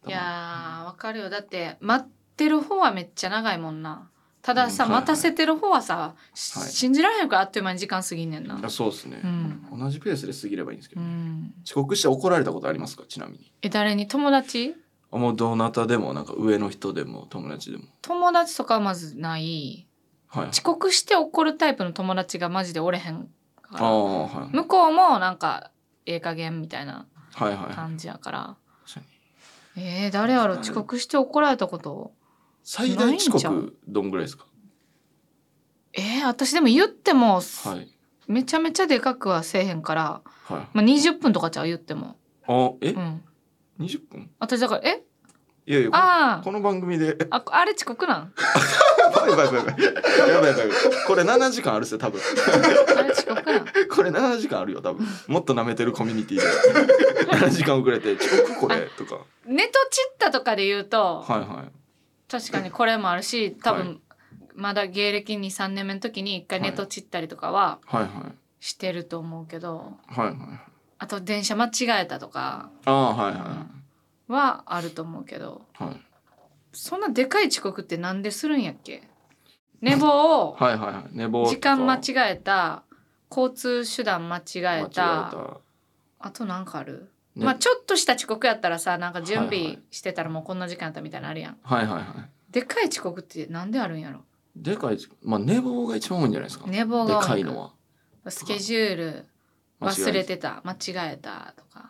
[SPEAKER 1] いやーわかるよだって待ってる方はめっちゃ長いもんなたださ、
[SPEAKER 2] うんはいはい
[SPEAKER 1] 待たせてる方はさ、し
[SPEAKER 2] はい
[SPEAKER 1] 信じられへんからあっという間に時間過ぎんねんな、
[SPEAKER 2] いやそうですね、
[SPEAKER 1] うん
[SPEAKER 2] 同じペースで過ぎればいいんですけ
[SPEAKER 1] う
[SPEAKER 2] ど、
[SPEAKER 1] ん、
[SPEAKER 2] 遅刻して怒られたことありますかちなみに
[SPEAKER 1] え誰に友達
[SPEAKER 2] あもうどなたでもなんか上の人でも友達でも
[SPEAKER 1] 友達とかはまずない
[SPEAKER 2] はい
[SPEAKER 1] 遅刻して怒るタイプの友達がマジでおれへんか
[SPEAKER 2] あ
[SPEAKER 1] ら
[SPEAKER 2] あはい
[SPEAKER 1] 向こうもなんかええ加減みたいな
[SPEAKER 2] はいはいはい
[SPEAKER 1] 感じやから
[SPEAKER 2] 確かに
[SPEAKER 1] えー、誰やろ遅刻して怒られたこと
[SPEAKER 2] 最大遅
[SPEAKER 1] ないん
[SPEAKER 2] 刻どんぐらいですか
[SPEAKER 1] えー、私でも言っても、
[SPEAKER 2] はいはい
[SPEAKER 1] めちゃめちゃでかくはせえへんから、まあ、20分とかちゃう言っても
[SPEAKER 2] あえ
[SPEAKER 1] うん
[SPEAKER 2] 二十、20分
[SPEAKER 1] 私だからえ
[SPEAKER 2] いやいやこ
[SPEAKER 1] あー
[SPEAKER 2] この番組で
[SPEAKER 1] ああれ遅刻なん
[SPEAKER 2] やばいやばいやばいやばいやばいこれ7時間あるっすよ多分
[SPEAKER 1] あれ遅刻なん
[SPEAKER 2] これ7時間あるよ多分もっと舐めてるコミュニティで7時間遅れて遅刻これとか
[SPEAKER 1] 寝とちったとかで言うと、
[SPEAKER 2] はいはい
[SPEAKER 1] 確かにこれもあるし多分、
[SPEAKER 2] は
[SPEAKER 1] まだ芸歴23年目の時に一回寝とちったりとかは
[SPEAKER 2] はいはい
[SPEAKER 1] してると思うけど
[SPEAKER 2] はいはい
[SPEAKER 1] あと電車間違えたとか
[SPEAKER 2] ああはいは
[SPEAKER 1] はあると思うけど
[SPEAKER 2] いはい
[SPEAKER 1] そんなでかい遅刻ってなんでするんやっけ寝坊 を
[SPEAKER 2] はいはいはい寝坊とか
[SPEAKER 1] 時間間違えた交通手段間違
[SPEAKER 2] 間違
[SPEAKER 1] え
[SPEAKER 2] え
[SPEAKER 1] たあとなんかある
[SPEAKER 2] ね
[SPEAKER 1] まあちょっとした遅刻やったらさなんか準
[SPEAKER 2] はいは
[SPEAKER 1] 備
[SPEAKER 2] い
[SPEAKER 1] してたらもうこんな時間やったみたいなのあるやん
[SPEAKER 2] はいはいはい
[SPEAKER 1] でかい遅刻ってなんであるんやろ
[SPEAKER 2] でかいまあ寝坊が一番多いんじゃないですか
[SPEAKER 1] 寝坊
[SPEAKER 2] で
[SPEAKER 1] が
[SPEAKER 2] か
[SPEAKER 1] 多
[SPEAKER 2] い
[SPEAKER 1] い
[SPEAKER 2] のは
[SPEAKER 1] スケジュール
[SPEAKER 2] 間違え
[SPEAKER 1] 忘れてた間違えたとか
[SPEAKER 2] だ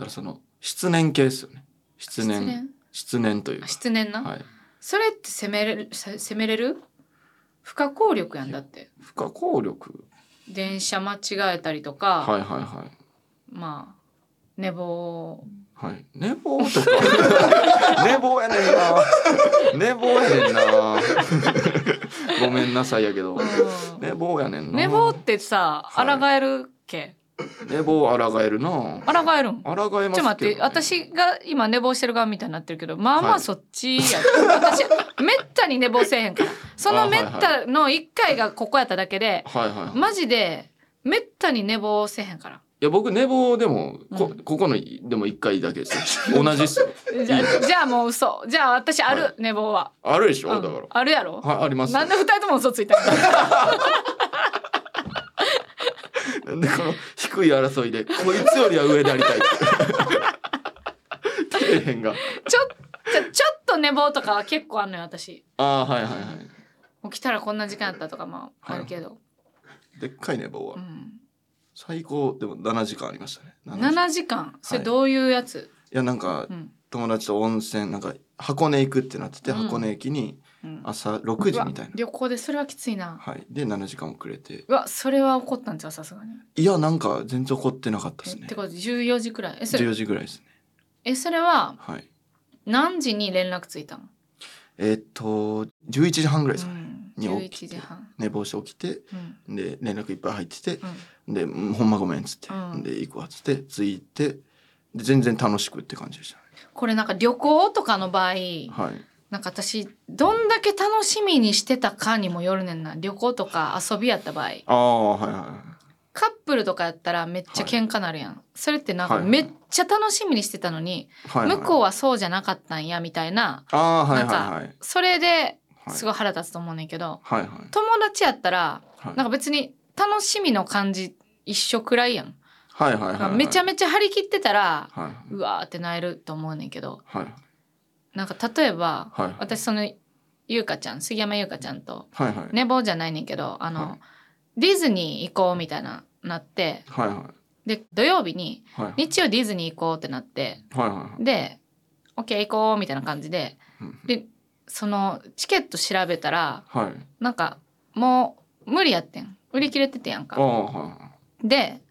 [SPEAKER 2] からその失念系ですよね失念失念という
[SPEAKER 1] あ
[SPEAKER 2] か
[SPEAKER 1] 失念な、
[SPEAKER 2] はい
[SPEAKER 1] それって責めれるせ責めれる不可抗力やんだって
[SPEAKER 2] 不可抗力
[SPEAKER 1] 電車間違えたりとか、
[SPEAKER 2] はいはいはい
[SPEAKER 1] まあ寝坊
[SPEAKER 2] はい寝坊とか 寝坊やねんな寝坊やねんな ごめんなさいやけど
[SPEAKER 1] うん
[SPEAKER 2] 寝坊やねんな
[SPEAKER 1] 寝坊ってさ
[SPEAKER 2] はい
[SPEAKER 1] 抗えるけ
[SPEAKER 2] 寝坊抗えるな
[SPEAKER 1] 抗えるんちょ
[SPEAKER 2] 抗え
[SPEAKER 1] っ
[SPEAKER 2] ますけどね
[SPEAKER 1] と待って私が今寝坊してる側みたいになってるけどまあま
[SPEAKER 2] は
[SPEAKER 1] あ
[SPEAKER 2] い
[SPEAKER 1] そっちや、私めったに寝坊せえへんからそのめったの1回がここやっただけで
[SPEAKER 2] はいはい
[SPEAKER 1] マジでめったに寝坊せえへんから
[SPEAKER 3] や、僕、寝坊でも、こ
[SPEAKER 1] う、
[SPEAKER 3] ここの、でも一回だけです よ。同じっすよ。
[SPEAKER 1] じゃあじゃあもう嘘じゃあ私ある、
[SPEAKER 3] はい
[SPEAKER 1] 寝坊は、
[SPEAKER 3] あるでしょ
[SPEAKER 1] う
[SPEAKER 3] だ
[SPEAKER 1] ん
[SPEAKER 3] から。
[SPEAKER 1] あるやろ、
[SPEAKER 3] はい、ありますよ。
[SPEAKER 1] なんで二人とも嘘ついた んだ
[SPEAKER 3] なんでこの低い争いで、こいつよりは上でありた いって。底辺が。
[SPEAKER 1] ちょちょちょっと寝坊とかは結構あんのよ私
[SPEAKER 3] ああ、はいはいはい。
[SPEAKER 1] 起きたらこんな時間だったとかまああるけど、
[SPEAKER 2] でっかい寝坊は
[SPEAKER 1] うん、
[SPEAKER 2] 最高でも7時間ありましたね7時間い
[SPEAKER 1] 7時間それどういうやつ、
[SPEAKER 2] やなんか
[SPEAKER 1] うん
[SPEAKER 2] 友達と温泉なんか箱根行くってなってて
[SPEAKER 1] うん
[SPEAKER 2] 箱根駅に
[SPEAKER 1] うん
[SPEAKER 2] 朝6時みたいう
[SPEAKER 1] わ
[SPEAKER 2] な、
[SPEAKER 1] 旅行でそれはきついな
[SPEAKER 2] はいで7時間遅れて
[SPEAKER 1] うわそれは怒ったんちゃうさすがに、
[SPEAKER 2] いやなんか全然怒ってなかったです
[SPEAKER 1] え
[SPEAKER 2] ね
[SPEAKER 1] ってこと14時くらいえそれ
[SPEAKER 2] 14時ぐらいですね
[SPEAKER 1] えそれは
[SPEAKER 2] はい
[SPEAKER 1] 何時に連絡ついたの、
[SPEAKER 2] えーっと11時半ぐらいです
[SPEAKER 1] う
[SPEAKER 2] かね、
[SPEAKER 1] ん、
[SPEAKER 2] に
[SPEAKER 1] 11
[SPEAKER 2] 起き
[SPEAKER 1] 時
[SPEAKER 2] て
[SPEAKER 1] 半、
[SPEAKER 2] 寝坊して起きて
[SPEAKER 1] うん
[SPEAKER 2] で連絡いっぱい入ってて
[SPEAKER 1] うん
[SPEAKER 2] でうん「ほんまごめん」っつって、
[SPEAKER 1] うん
[SPEAKER 2] で行くわっつって着いてで全然楽しくって感じでしたね
[SPEAKER 1] これなんか旅行とかの場合
[SPEAKER 2] はい
[SPEAKER 1] なんか私どんだけ楽しみにしてたかにもよるねんな旅行とか遊びやった場合
[SPEAKER 2] ああはいは
[SPEAKER 1] カップルとかやったらめっちゃ喧嘩なるやん、それってなんか
[SPEAKER 2] はい
[SPEAKER 1] めっちゃ楽しみにしてたのに、
[SPEAKER 2] いはいはい
[SPEAKER 1] 向こうはそうじゃなかったんやみたいな
[SPEAKER 2] ああーは
[SPEAKER 1] な
[SPEAKER 2] い
[SPEAKER 1] ん
[SPEAKER 2] は
[SPEAKER 1] か
[SPEAKER 2] いはい
[SPEAKER 1] それです
[SPEAKER 2] はい
[SPEAKER 1] ごい腹立つと思うねんけど、
[SPEAKER 2] はいはい
[SPEAKER 1] 友達やったら
[SPEAKER 2] はい
[SPEAKER 1] なんか別に楽しみの感じ一緒くらいやん、
[SPEAKER 2] はいはいはい
[SPEAKER 1] なん
[SPEAKER 2] は
[SPEAKER 1] か
[SPEAKER 2] い
[SPEAKER 1] めちゃめちゃ張り切ってたら
[SPEAKER 2] はいう
[SPEAKER 1] わーってなえると思うねんけど
[SPEAKER 2] はい
[SPEAKER 1] なんか例えば、
[SPEAKER 2] はい
[SPEAKER 1] 私その優香ちゃん杉山優香ちゃんと
[SPEAKER 2] はいはい
[SPEAKER 1] 寝坊じゃないねんけどあの、
[SPEAKER 2] は
[SPEAKER 1] ディズニー行こうみたいななって
[SPEAKER 2] はいはい
[SPEAKER 1] で土曜日に
[SPEAKER 2] はいはい
[SPEAKER 1] 日曜ディズニー行こうってなって
[SPEAKER 2] はいはい
[SPEAKER 1] で OK 行こうみたいな感じで
[SPEAKER 2] うん
[SPEAKER 1] でそのチケット調べたら
[SPEAKER 2] はい
[SPEAKER 1] なんかもう無理やってん売り切れててやん
[SPEAKER 2] ああ
[SPEAKER 1] か
[SPEAKER 2] は
[SPEAKER 1] で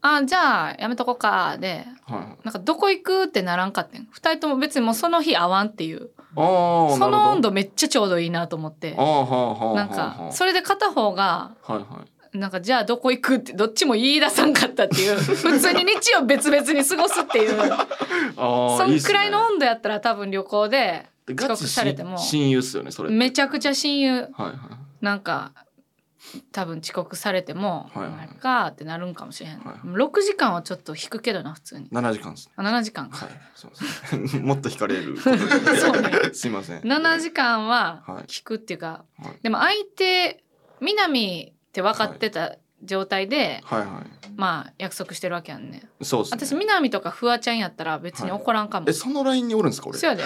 [SPEAKER 1] あじゃあやめとこうかで
[SPEAKER 2] いはいはい
[SPEAKER 1] なんかどこ行くってならんかってん2人とも別にもうその日合わんっていう
[SPEAKER 2] ああ
[SPEAKER 1] その温
[SPEAKER 2] 度
[SPEAKER 1] 度めっちゃちょうどいいなと思って
[SPEAKER 2] ああはあはあ
[SPEAKER 1] なん
[SPEAKER 2] はあは
[SPEAKER 1] か
[SPEAKER 2] あ
[SPEAKER 1] それで片方が
[SPEAKER 2] はいはい
[SPEAKER 1] なんかじゃあどこ行くってどっちも言い出さんかったって いう普通に日曜別々に過ごすっていう
[SPEAKER 3] ああ、
[SPEAKER 1] そんくらい
[SPEAKER 3] っ
[SPEAKER 1] の
[SPEAKER 3] すね
[SPEAKER 1] 温度やったら多分旅行で
[SPEAKER 3] ガチ
[SPEAKER 1] 遅刻されても
[SPEAKER 3] し親友っすよね、それ。
[SPEAKER 1] めちゃくちゃ親友
[SPEAKER 2] はいはい
[SPEAKER 1] なんか多分遅刻されても
[SPEAKER 2] はいはい
[SPEAKER 1] なんかってなるんかもしれへん、
[SPEAKER 2] はいはい
[SPEAKER 1] 6時間はちょっと引くけどな普通に
[SPEAKER 2] 7時間ですね
[SPEAKER 1] あ7時間か
[SPEAKER 2] はいそうですね もっと惹かれることに
[SPEAKER 1] そうね
[SPEAKER 2] すいません
[SPEAKER 1] 7時間は
[SPEAKER 2] はい
[SPEAKER 1] 引くっていうか、
[SPEAKER 2] はい
[SPEAKER 1] でも相手南って分かってた状態で、
[SPEAKER 2] はいは
[SPEAKER 1] まあ約束してるわけやんね
[SPEAKER 2] いそうですね
[SPEAKER 1] 私南とかフワちゃんやったら別に怒らんかも、
[SPEAKER 2] えそのラインにおるんですか俺
[SPEAKER 1] そうやで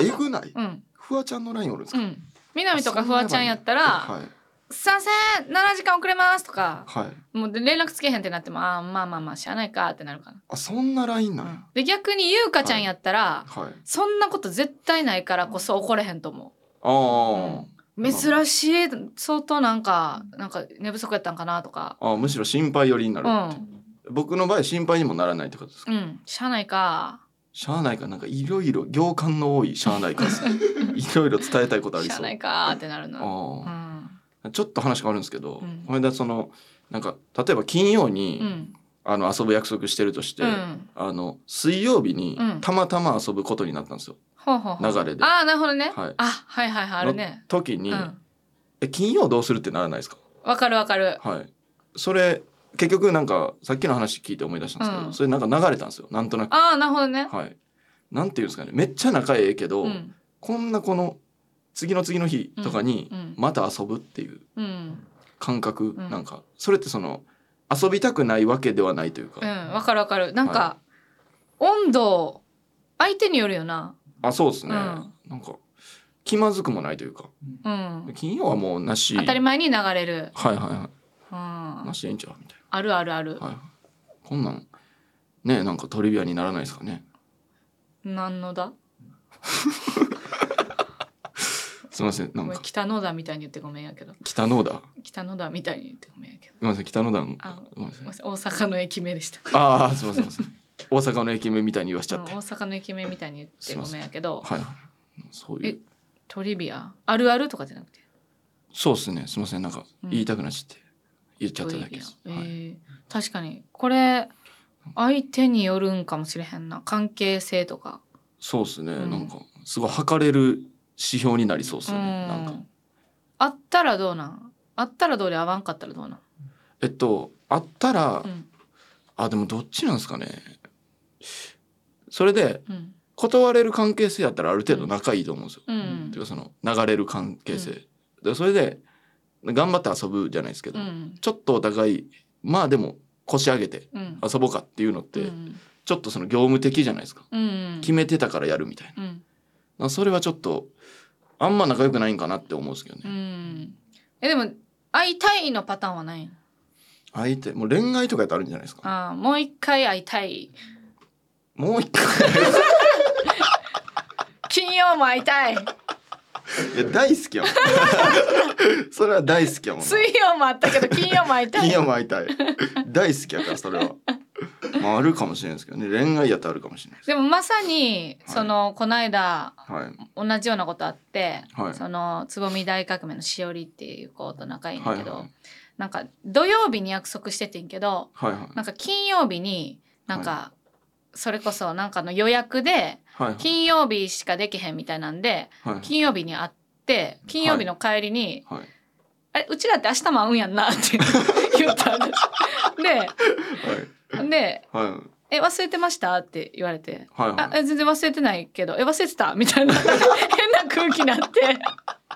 [SPEAKER 2] えぐない
[SPEAKER 1] うん
[SPEAKER 2] フワちゃんのラインおるんです
[SPEAKER 1] う
[SPEAKER 2] か
[SPEAKER 1] ん南とかフワちゃんやったら
[SPEAKER 2] はい
[SPEAKER 1] 「すいません7時間遅れます」とか
[SPEAKER 2] はい
[SPEAKER 1] もう連絡つけへんってなっても「あーまあまあまあしゃあないか」ってなるかな、
[SPEAKER 2] あそんなラインな
[SPEAKER 1] うん
[SPEAKER 2] や
[SPEAKER 1] んで逆に優香ちゃんやったら、
[SPEAKER 2] はい
[SPEAKER 1] そんなこと絶対ないからこそ怒れへんと思
[SPEAKER 2] あー
[SPEAKER 1] う珍しい相当なんかなんか寝不足やったんかなとか
[SPEAKER 2] あーむしろ心配寄りにな
[SPEAKER 1] う
[SPEAKER 2] る
[SPEAKER 1] ん
[SPEAKER 2] 僕の場合心配にもならないってことですか
[SPEAKER 1] うんしゃあないか
[SPEAKER 2] しゃあないかなんかいろいろ行間の多いしゃあない かですねいろいろ伝えたいことあり
[SPEAKER 1] しゃあ
[SPEAKER 2] そう
[SPEAKER 1] ないかってなるなう
[SPEAKER 2] あ
[SPEAKER 1] ん
[SPEAKER 2] ーちょっと話変わるんですけ
[SPEAKER 1] う
[SPEAKER 2] ど
[SPEAKER 1] ん
[SPEAKER 2] この間そのなんか例えば金曜
[SPEAKER 1] う
[SPEAKER 2] に
[SPEAKER 1] ん
[SPEAKER 2] あの遊ぶ約束してるとして
[SPEAKER 1] うん
[SPEAKER 2] あの水曜日に
[SPEAKER 1] うん
[SPEAKER 2] たまたま遊ぶことになったんですよ
[SPEAKER 1] ほうほうほう
[SPEAKER 2] 流れで
[SPEAKER 1] ああなるほどね、
[SPEAKER 2] はい
[SPEAKER 1] あはいはいはいあるね
[SPEAKER 2] の時
[SPEAKER 1] う
[SPEAKER 2] に
[SPEAKER 1] ん
[SPEAKER 2] え金曜どうするってならないですか
[SPEAKER 1] わかるわかる
[SPEAKER 2] はい。それ、結局なんか、さっきの話聞いて思い出したんですけど、
[SPEAKER 1] うん
[SPEAKER 2] それなんか流れたんですよ。なんとなく。
[SPEAKER 1] ああなるほどね
[SPEAKER 2] はい。なんていうんですかね。めっちゃ仲ええけど、
[SPEAKER 1] うん
[SPEAKER 2] こんなこの、次の次の日とかに
[SPEAKER 1] う、ん
[SPEAKER 2] また遊ぶっていう
[SPEAKER 1] うん
[SPEAKER 2] 感覚、
[SPEAKER 1] ん
[SPEAKER 2] なんか、それってその、遊びたくないわけではないというか、
[SPEAKER 1] うんわかるわかるなんか、温度相手によるよな
[SPEAKER 2] あ、そうですね。
[SPEAKER 1] うん
[SPEAKER 2] なんか、気まずくもないというか、
[SPEAKER 1] うん
[SPEAKER 2] 金曜はもうなし。
[SPEAKER 1] 当たり前に流れる、
[SPEAKER 2] はいはいは
[SPEAKER 1] うん、
[SPEAKER 2] い。なしでいいんちゃうみたい
[SPEAKER 1] あるあるある
[SPEAKER 2] な。はい。こんなん、ねなんかトリビアにならないですかね。
[SPEAKER 1] 何のだ
[SPEAKER 2] すいません。なん
[SPEAKER 1] ごめん
[SPEAKER 2] か、
[SPEAKER 1] 北野田みたいに言ってごめんやけど
[SPEAKER 2] 北のだ。
[SPEAKER 1] 北野田みたいに言ってごめんやけど
[SPEAKER 2] すみません北野団
[SPEAKER 1] あ
[SPEAKER 2] ごめんな
[SPEAKER 1] す
[SPEAKER 2] さ
[SPEAKER 1] い
[SPEAKER 2] い
[SPEAKER 1] ません大阪の駅名でした
[SPEAKER 2] ああすみませんすいません大阪の駅名みたいに言わしちゃ
[SPEAKER 1] うん
[SPEAKER 2] っ
[SPEAKER 1] 大
[SPEAKER 2] て、
[SPEAKER 1] 阪の駅名みたいに言ってごめんやけど
[SPEAKER 2] はいそういう
[SPEAKER 1] トリビアあるあるとかじゃなくて
[SPEAKER 2] そうですねすみませんなんか
[SPEAKER 1] うん
[SPEAKER 2] 言いたくなっちゃって言っちゃ
[SPEAKER 1] ト
[SPEAKER 2] った
[SPEAKER 1] リ
[SPEAKER 2] だけ
[SPEAKER 1] ビ
[SPEAKER 2] です、
[SPEAKER 1] ア、
[SPEAKER 2] は
[SPEAKER 1] え
[SPEAKER 2] い、
[SPEAKER 1] ー確かにこれ相手によるんかもしれへんな関係性とか
[SPEAKER 2] そうですね、
[SPEAKER 1] うん
[SPEAKER 2] なんかすごい測れる指標になりそうですよね、なん
[SPEAKER 1] う
[SPEAKER 2] か
[SPEAKER 1] んあったらどうなんあったらどうで合わんかったらどうなん
[SPEAKER 2] えっとあったら、
[SPEAKER 1] うん
[SPEAKER 2] ああでもどっちなんですかね
[SPEAKER 3] それで
[SPEAKER 1] うん
[SPEAKER 3] 断れる関係性やったらある程度仲いいと思うんですよ。
[SPEAKER 1] う
[SPEAKER 3] って
[SPEAKER 1] ん
[SPEAKER 3] いうかその流れる関係性。でそれで頑張って遊ぶじゃないですけ
[SPEAKER 1] う
[SPEAKER 3] ど、
[SPEAKER 1] ん
[SPEAKER 3] ちょっとお互いまあでも腰上げて
[SPEAKER 1] うん
[SPEAKER 3] 遊ぼうかっていうのって、
[SPEAKER 1] うん
[SPEAKER 3] ちょっとその業務的じゃないですか。
[SPEAKER 1] うん
[SPEAKER 3] 決めてたからやるみたいな。
[SPEAKER 1] うん
[SPEAKER 3] あそれはちょっとあんま仲良くないんかなって思うんですけど
[SPEAKER 1] う
[SPEAKER 3] ね、
[SPEAKER 1] んえでも会いたいのパターンはないの
[SPEAKER 2] 相手もう恋愛とかやったらあるんじゃないですか
[SPEAKER 1] あーもう一回会いたい
[SPEAKER 2] もう一回
[SPEAKER 1] 金曜も会いたい
[SPEAKER 2] いや大好きやもん それは大好きやもんな
[SPEAKER 1] 水曜もあったけど金曜も会いた
[SPEAKER 2] 金
[SPEAKER 1] い
[SPEAKER 2] 曜も会いたい大好きやからそれはまああるかもしれないですけどね恋愛やったらあるかもしれないです
[SPEAKER 1] でもまさに
[SPEAKER 2] はい
[SPEAKER 1] そのこの間
[SPEAKER 2] はい
[SPEAKER 1] 同じようなことあって、
[SPEAKER 2] はい
[SPEAKER 1] そのつぼみ大革命のしおりっていう子と仲いいんだけど、
[SPEAKER 2] はいはい
[SPEAKER 1] なんか土曜日に約束しててんけど
[SPEAKER 2] はいはい
[SPEAKER 1] なんか金曜日になんか、それこそなんかの予約で
[SPEAKER 2] はい
[SPEAKER 1] 金曜日しかできへんみたいなんで
[SPEAKER 2] はい
[SPEAKER 1] 金曜日に会って金曜日の帰りに「
[SPEAKER 2] はい
[SPEAKER 1] あれうちらって明日も会うんやんな」って言ったんで す。でで
[SPEAKER 2] はいはい
[SPEAKER 1] 「え忘れてました?」って言われて
[SPEAKER 2] はい
[SPEAKER 1] あ
[SPEAKER 2] は
[SPEAKER 1] え全然忘れてないけどえ忘れてたみたいな 変な空気になって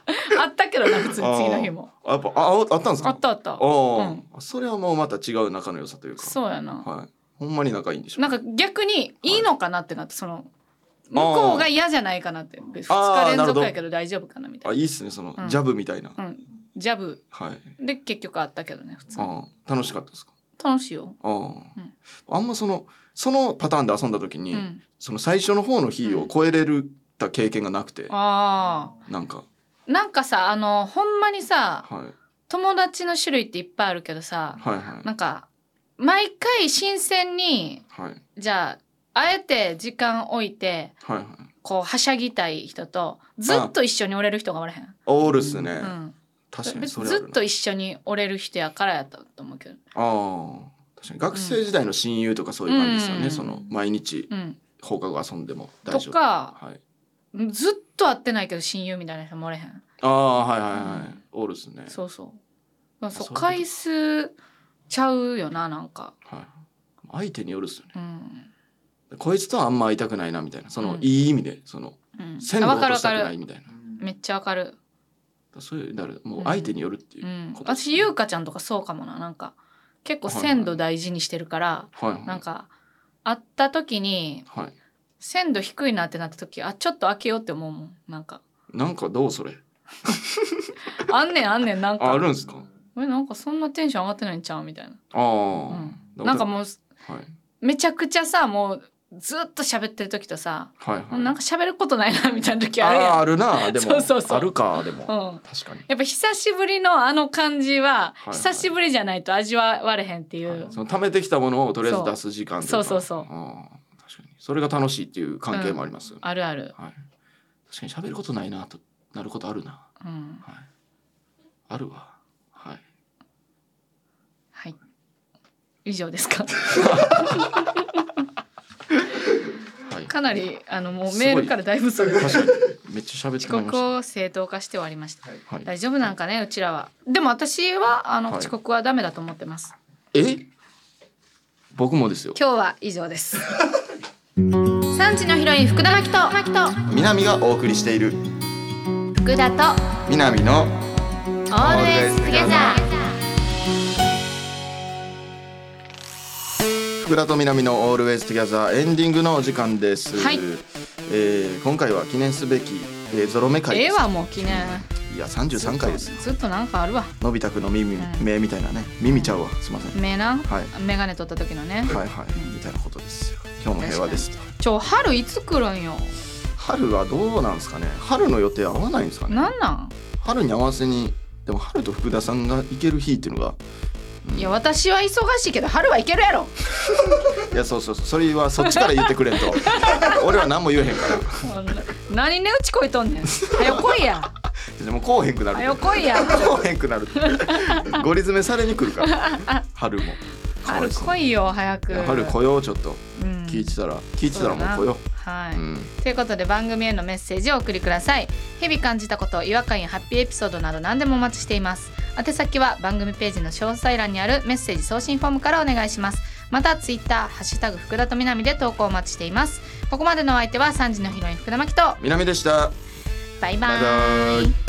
[SPEAKER 1] あったけどな普通に次の日も
[SPEAKER 2] いやっぱあああったんです
[SPEAKER 1] あ
[SPEAKER 2] か
[SPEAKER 1] ったあった
[SPEAKER 2] あ
[SPEAKER 1] うん
[SPEAKER 2] あ、それはもうまた違う仲の良さというか。
[SPEAKER 1] そうやな
[SPEAKER 2] はい。ほんまに仲いいんでしょ。
[SPEAKER 1] なんか逆にいいのかなってなってその向こうが嫌じゃないかなって2日連続やけど大丈夫かなみた
[SPEAKER 2] あ、
[SPEAKER 1] い
[SPEAKER 2] いいっすね、その、
[SPEAKER 1] うん
[SPEAKER 2] ジャブみたいな。
[SPEAKER 1] なうんジャブ
[SPEAKER 2] はい。
[SPEAKER 1] で結局あったけどね普通に
[SPEAKER 2] ああ、楽しかったですか。
[SPEAKER 1] 楽しいよ
[SPEAKER 2] ああ、
[SPEAKER 1] ん
[SPEAKER 2] あんまその、そのパターンで遊んだ時
[SPEAKER 1] う
[SPEAKER 2] に、
[SPEAKER 1] ん
[SPEAKER 2] その最初の方の日を超えれる。た経験がなくて、
[SPEAKER 1] あ
[SPEAKER 2] なんか、
[SPEAKER 1] ーなんかさあのほんまにさ
[SPEAKER 2] はい、
[SPEAKER 1] 友達の種類っていっぱいあるけどさ
[SPEAKER 2] はい、は
[SPEAKER 1] なんか毎回新鮮に
[SPEAKER 2] い、はい、
[SPEAKER 1] じゃああえて時間置いて
[SPEAKER 2] はい、はい。
[SPEAKER 1] こうはしゃぎたい人とずっと一緒におれる人がおらへん、
[SPEAKER 2] オールっすね、
[SPEAKER 1] うん、
[SPEAKER 2] 確かにそれあ
[SPEAKER 1] ず
[SPEAKER 2] る
[SPEAKER 1] っ
[SPEAKER 2] な
[SPEAKER 1] と一緒におれる人やからやったと思うけど、
[SPEAKER 2] ああ確かに学生時代の親友とかそういう感じですよね、
[SPEAKER 1] うん
[SPEAKER 2] その毎日
[SPEAKER 1] うん、
[SPEAKER 2] 放課後遊んでも大
[SPEAKER 1] と
[SPEAKER 2] 丈夫
[SPEAKER 1] か
[SPEAKER 2] はい、
[SPEAKER 1] ずっと会ってないけど親友みたいな人もおれへん
[SPEAKER 2] ああはいはいはい、
[SPEAKER 1] うん
[SPEAKER 2] オールっすね
[SPEAKER 1] そうそうまあそう
[SPEAKER 2] そういうこと
[SPEAKER 1] 回数ちゃうよななんか、
[SPEAKER 2] はい、相手によるっすよね
[SPEAKER 1] うん
[SPEAKER 2] こいつとはあんま会いたくないなみたいなその、
[SPEAKER 1] うん
[SPEAKER 2] いい意味でその
[SPEAKER 1] うん、あ
[SPEAKER 2] 線
[SPEAKER 1] わ
[SPEAKER 2] 路落
[SPEAKER 1] かる
[SPEAKER 2] と
[SPEAKER 1] わ
[SPEAKER 2] した
[SPEAKER 1] か
[SPEAKER 2] くない
[SPEAKER 1] る
[SPEAKER 2] みたいな
[SPEAKER 1] めっちゃわかる、
[SPEAKER 2] そういうなるもう相手によるっていうう、
[SPEAKER 1] ん
[SPEAKER 2] こ、とです
[SPEAKER 1] 私
[SPEAKER 2] ね
[SPEAKER 1] 優香ちゃんとかそうかもななんか結構
[SPEAKER 2] はいはい
[SPEAKER 1] 鮮度大事にしてるから、
[SPEAKER 2] はいはい
[SPEAKER 1] なんか会った時に
[SPEAKER 2] はい
[SPEAKER 1] 鮮度低いなってなった時あちょっと開けようって思うもんなんか
[SPEAKER 2] なんかどうそれ
[SPEAKER 1] あんねんあんねんなん
[SPEAKER 2] ああ
[SPEAKER 1] か
[SPEAKER 2] るんですか
[SPEAKER 1] えなんかそんなテンション上がってないんちゃうみたいな、
[SPEAKER 2] ああ、
[SPEAKER 1] うん、なんかもう
[SPEAKER 2] はい
[SPEAKER 1] めちゃくちゃさもうずっと喋ってる時とさ、
[SPEAKER 2] はいはい
[SPEAKER 1] なんか喋ることないなみたいな時ある
[SPEAKER 2] あ
[SPEAKER 1] や
[SPEAKER 2] あある なでも
[SPEAKER 1] そうそうそう
[SPEAKER 2] あるかでも、
[SPEAKER 1] ん、うん、
[SPEAKER 2] 確かに
[SPEAKER 1] やっぱ久しぶりのあの感じは、
[SPEAKER 2] いはい
[SPEAKER 1] 久しぶりじゃないと味わわれへんっていう、
[SPEAKER 2] はいその貯めてきたものをとりあえず出す時間といか
[SPEAKER 1] そうそうそうそ
[SPEAKER 2] ああ確かにそれが楽しいっていう関係もありますよね、
[SPEAKER 1] あるある、
[SPEAKER 2] はい確かに喋ることないなとなることあるな
[SPEAKER 1] うん、
[SPEAKER 2] はいあるわはい
[SPEAKER 1] はい以上です か
[SPEAKER 2] はい
[SPEAKER 1] かなりあのもう
[SPEAKER 2] すごい
[SPEAKER 1] メールからだいぶそれ
[SPEAKER 2] 確かにめっちゃ喋って
[SPEAKER 1] 遅
[SPEAKER 2] まいりまし
[SPEAKER 1] 刻を正当化して終わりました
[SPEAKER 2] た。はい。
[SPEAKER 1] 大丈夫なんかねうちらはでも私はあの、
[SPEAKER 2] はい
[SPEAKER 1] 遅刻はダメだと思ってます
[SPEAKER 2] え？僕もですよ。
[SPEAKER 1] 今日は以上です 三時のヒロイン福田真希と真希と
[SPEAKER 2] 南がお送りしている
[SPEAKER 1] 福田と
[SPEAKER 2] 南の
[SPEAKER 1] オールエ
[SPEAKER 2] Always
[SPEAKER 1] ストゲザ
[SPEAKER 2] Together 福田と南のオールウェイズトギャザーエンディングのお時間です。
[SPEAKER 1] はい
[SPEAKER 2] えー今回は記念すべき、えーゾロ目
[SPEAKER 1] ー
[SPEAKER 2] 回
[SPEAKER 1] え
[SPEAKER 2] で
[SPEAKER 1] え
[SPEAKER 2] す。
[SPEAKER 1] わもう記念
[SPEAKER 2] いや三十三回ですよ。
[SPEAKER 1] ずっとなんかあるわ
[SPEAKER 2] のび太くんの耳、
[SPEAKER 1] うん
[SPEAKER 2] 目みたいなね耳ちゃうわすみません。
[SPEAKER 1] 目な、
[SPEAKER 2] はい
[SPEAKER 1] メガネ取った時のね
[SPEAKER 2] はいはいみたいなことですよ。今日も平和ですと。
[SPEAKER 1] ちょ春いつ来るんよ
[SPEAKER 2] 春はどうなんですかね。春の予定合わないんですかね。
[SPEAKER 1] なんなん、
[SPEAKER 2] 春に合わせにでも春と福田さんが行ける日っていうのが
[SPEAKER 1] いや私は忙しいけど春はいけるやろ
[SPEAKER 2] いやそうそうそうそれはそっちから言ってくれ んと俺は何も言えへんから
[SPEAKER 1] ほんな何ねうちこいとんねんはよこいや
[SPEAKER 2] でもこうへんくなる
[SPEAKER 1] はよこい や
[SPEAKER 2] こうへんくなるゴリ詰めされにくるから春も
[SPEAKER 1] 春
[SPEAKER 2] かわ
[SPEAKER 1] 来
[SPEAKER 2] い
[SPEAKER 1] いよ早
[SPEAKER 2] そう
[SPEAKER 1] く
[SPEAKER 2] いや春来ようちょっと
[SPEAKER 1] うん
[SPEAKER 2] 聞いてたら聞いてたらもう来よ
[SPEAKER 1] は
[SPEAKER 2] う、
[SPEAKER 1] い、
[SPEAKER 2] うん、
[SPEAKER 1] ということで番組へのメッセージをお送りください日々感じたこと違和感やハッピーエピソードなど何でもお待ちしています宛先は番組ページの詳細欄にあるメッセージ送信フォームからお願いしますまたツイッターハッシュタグ福田とみなみで投稿お待ちしていますここまでのお相手は3時のヒロイン福田真希と
[SPEAKER 2] 南でした
[SPEAKER 1] バイバ
[SPEAKER 2] バイバ
[SPEAKER 1] イ
[SPEAKER 2] イ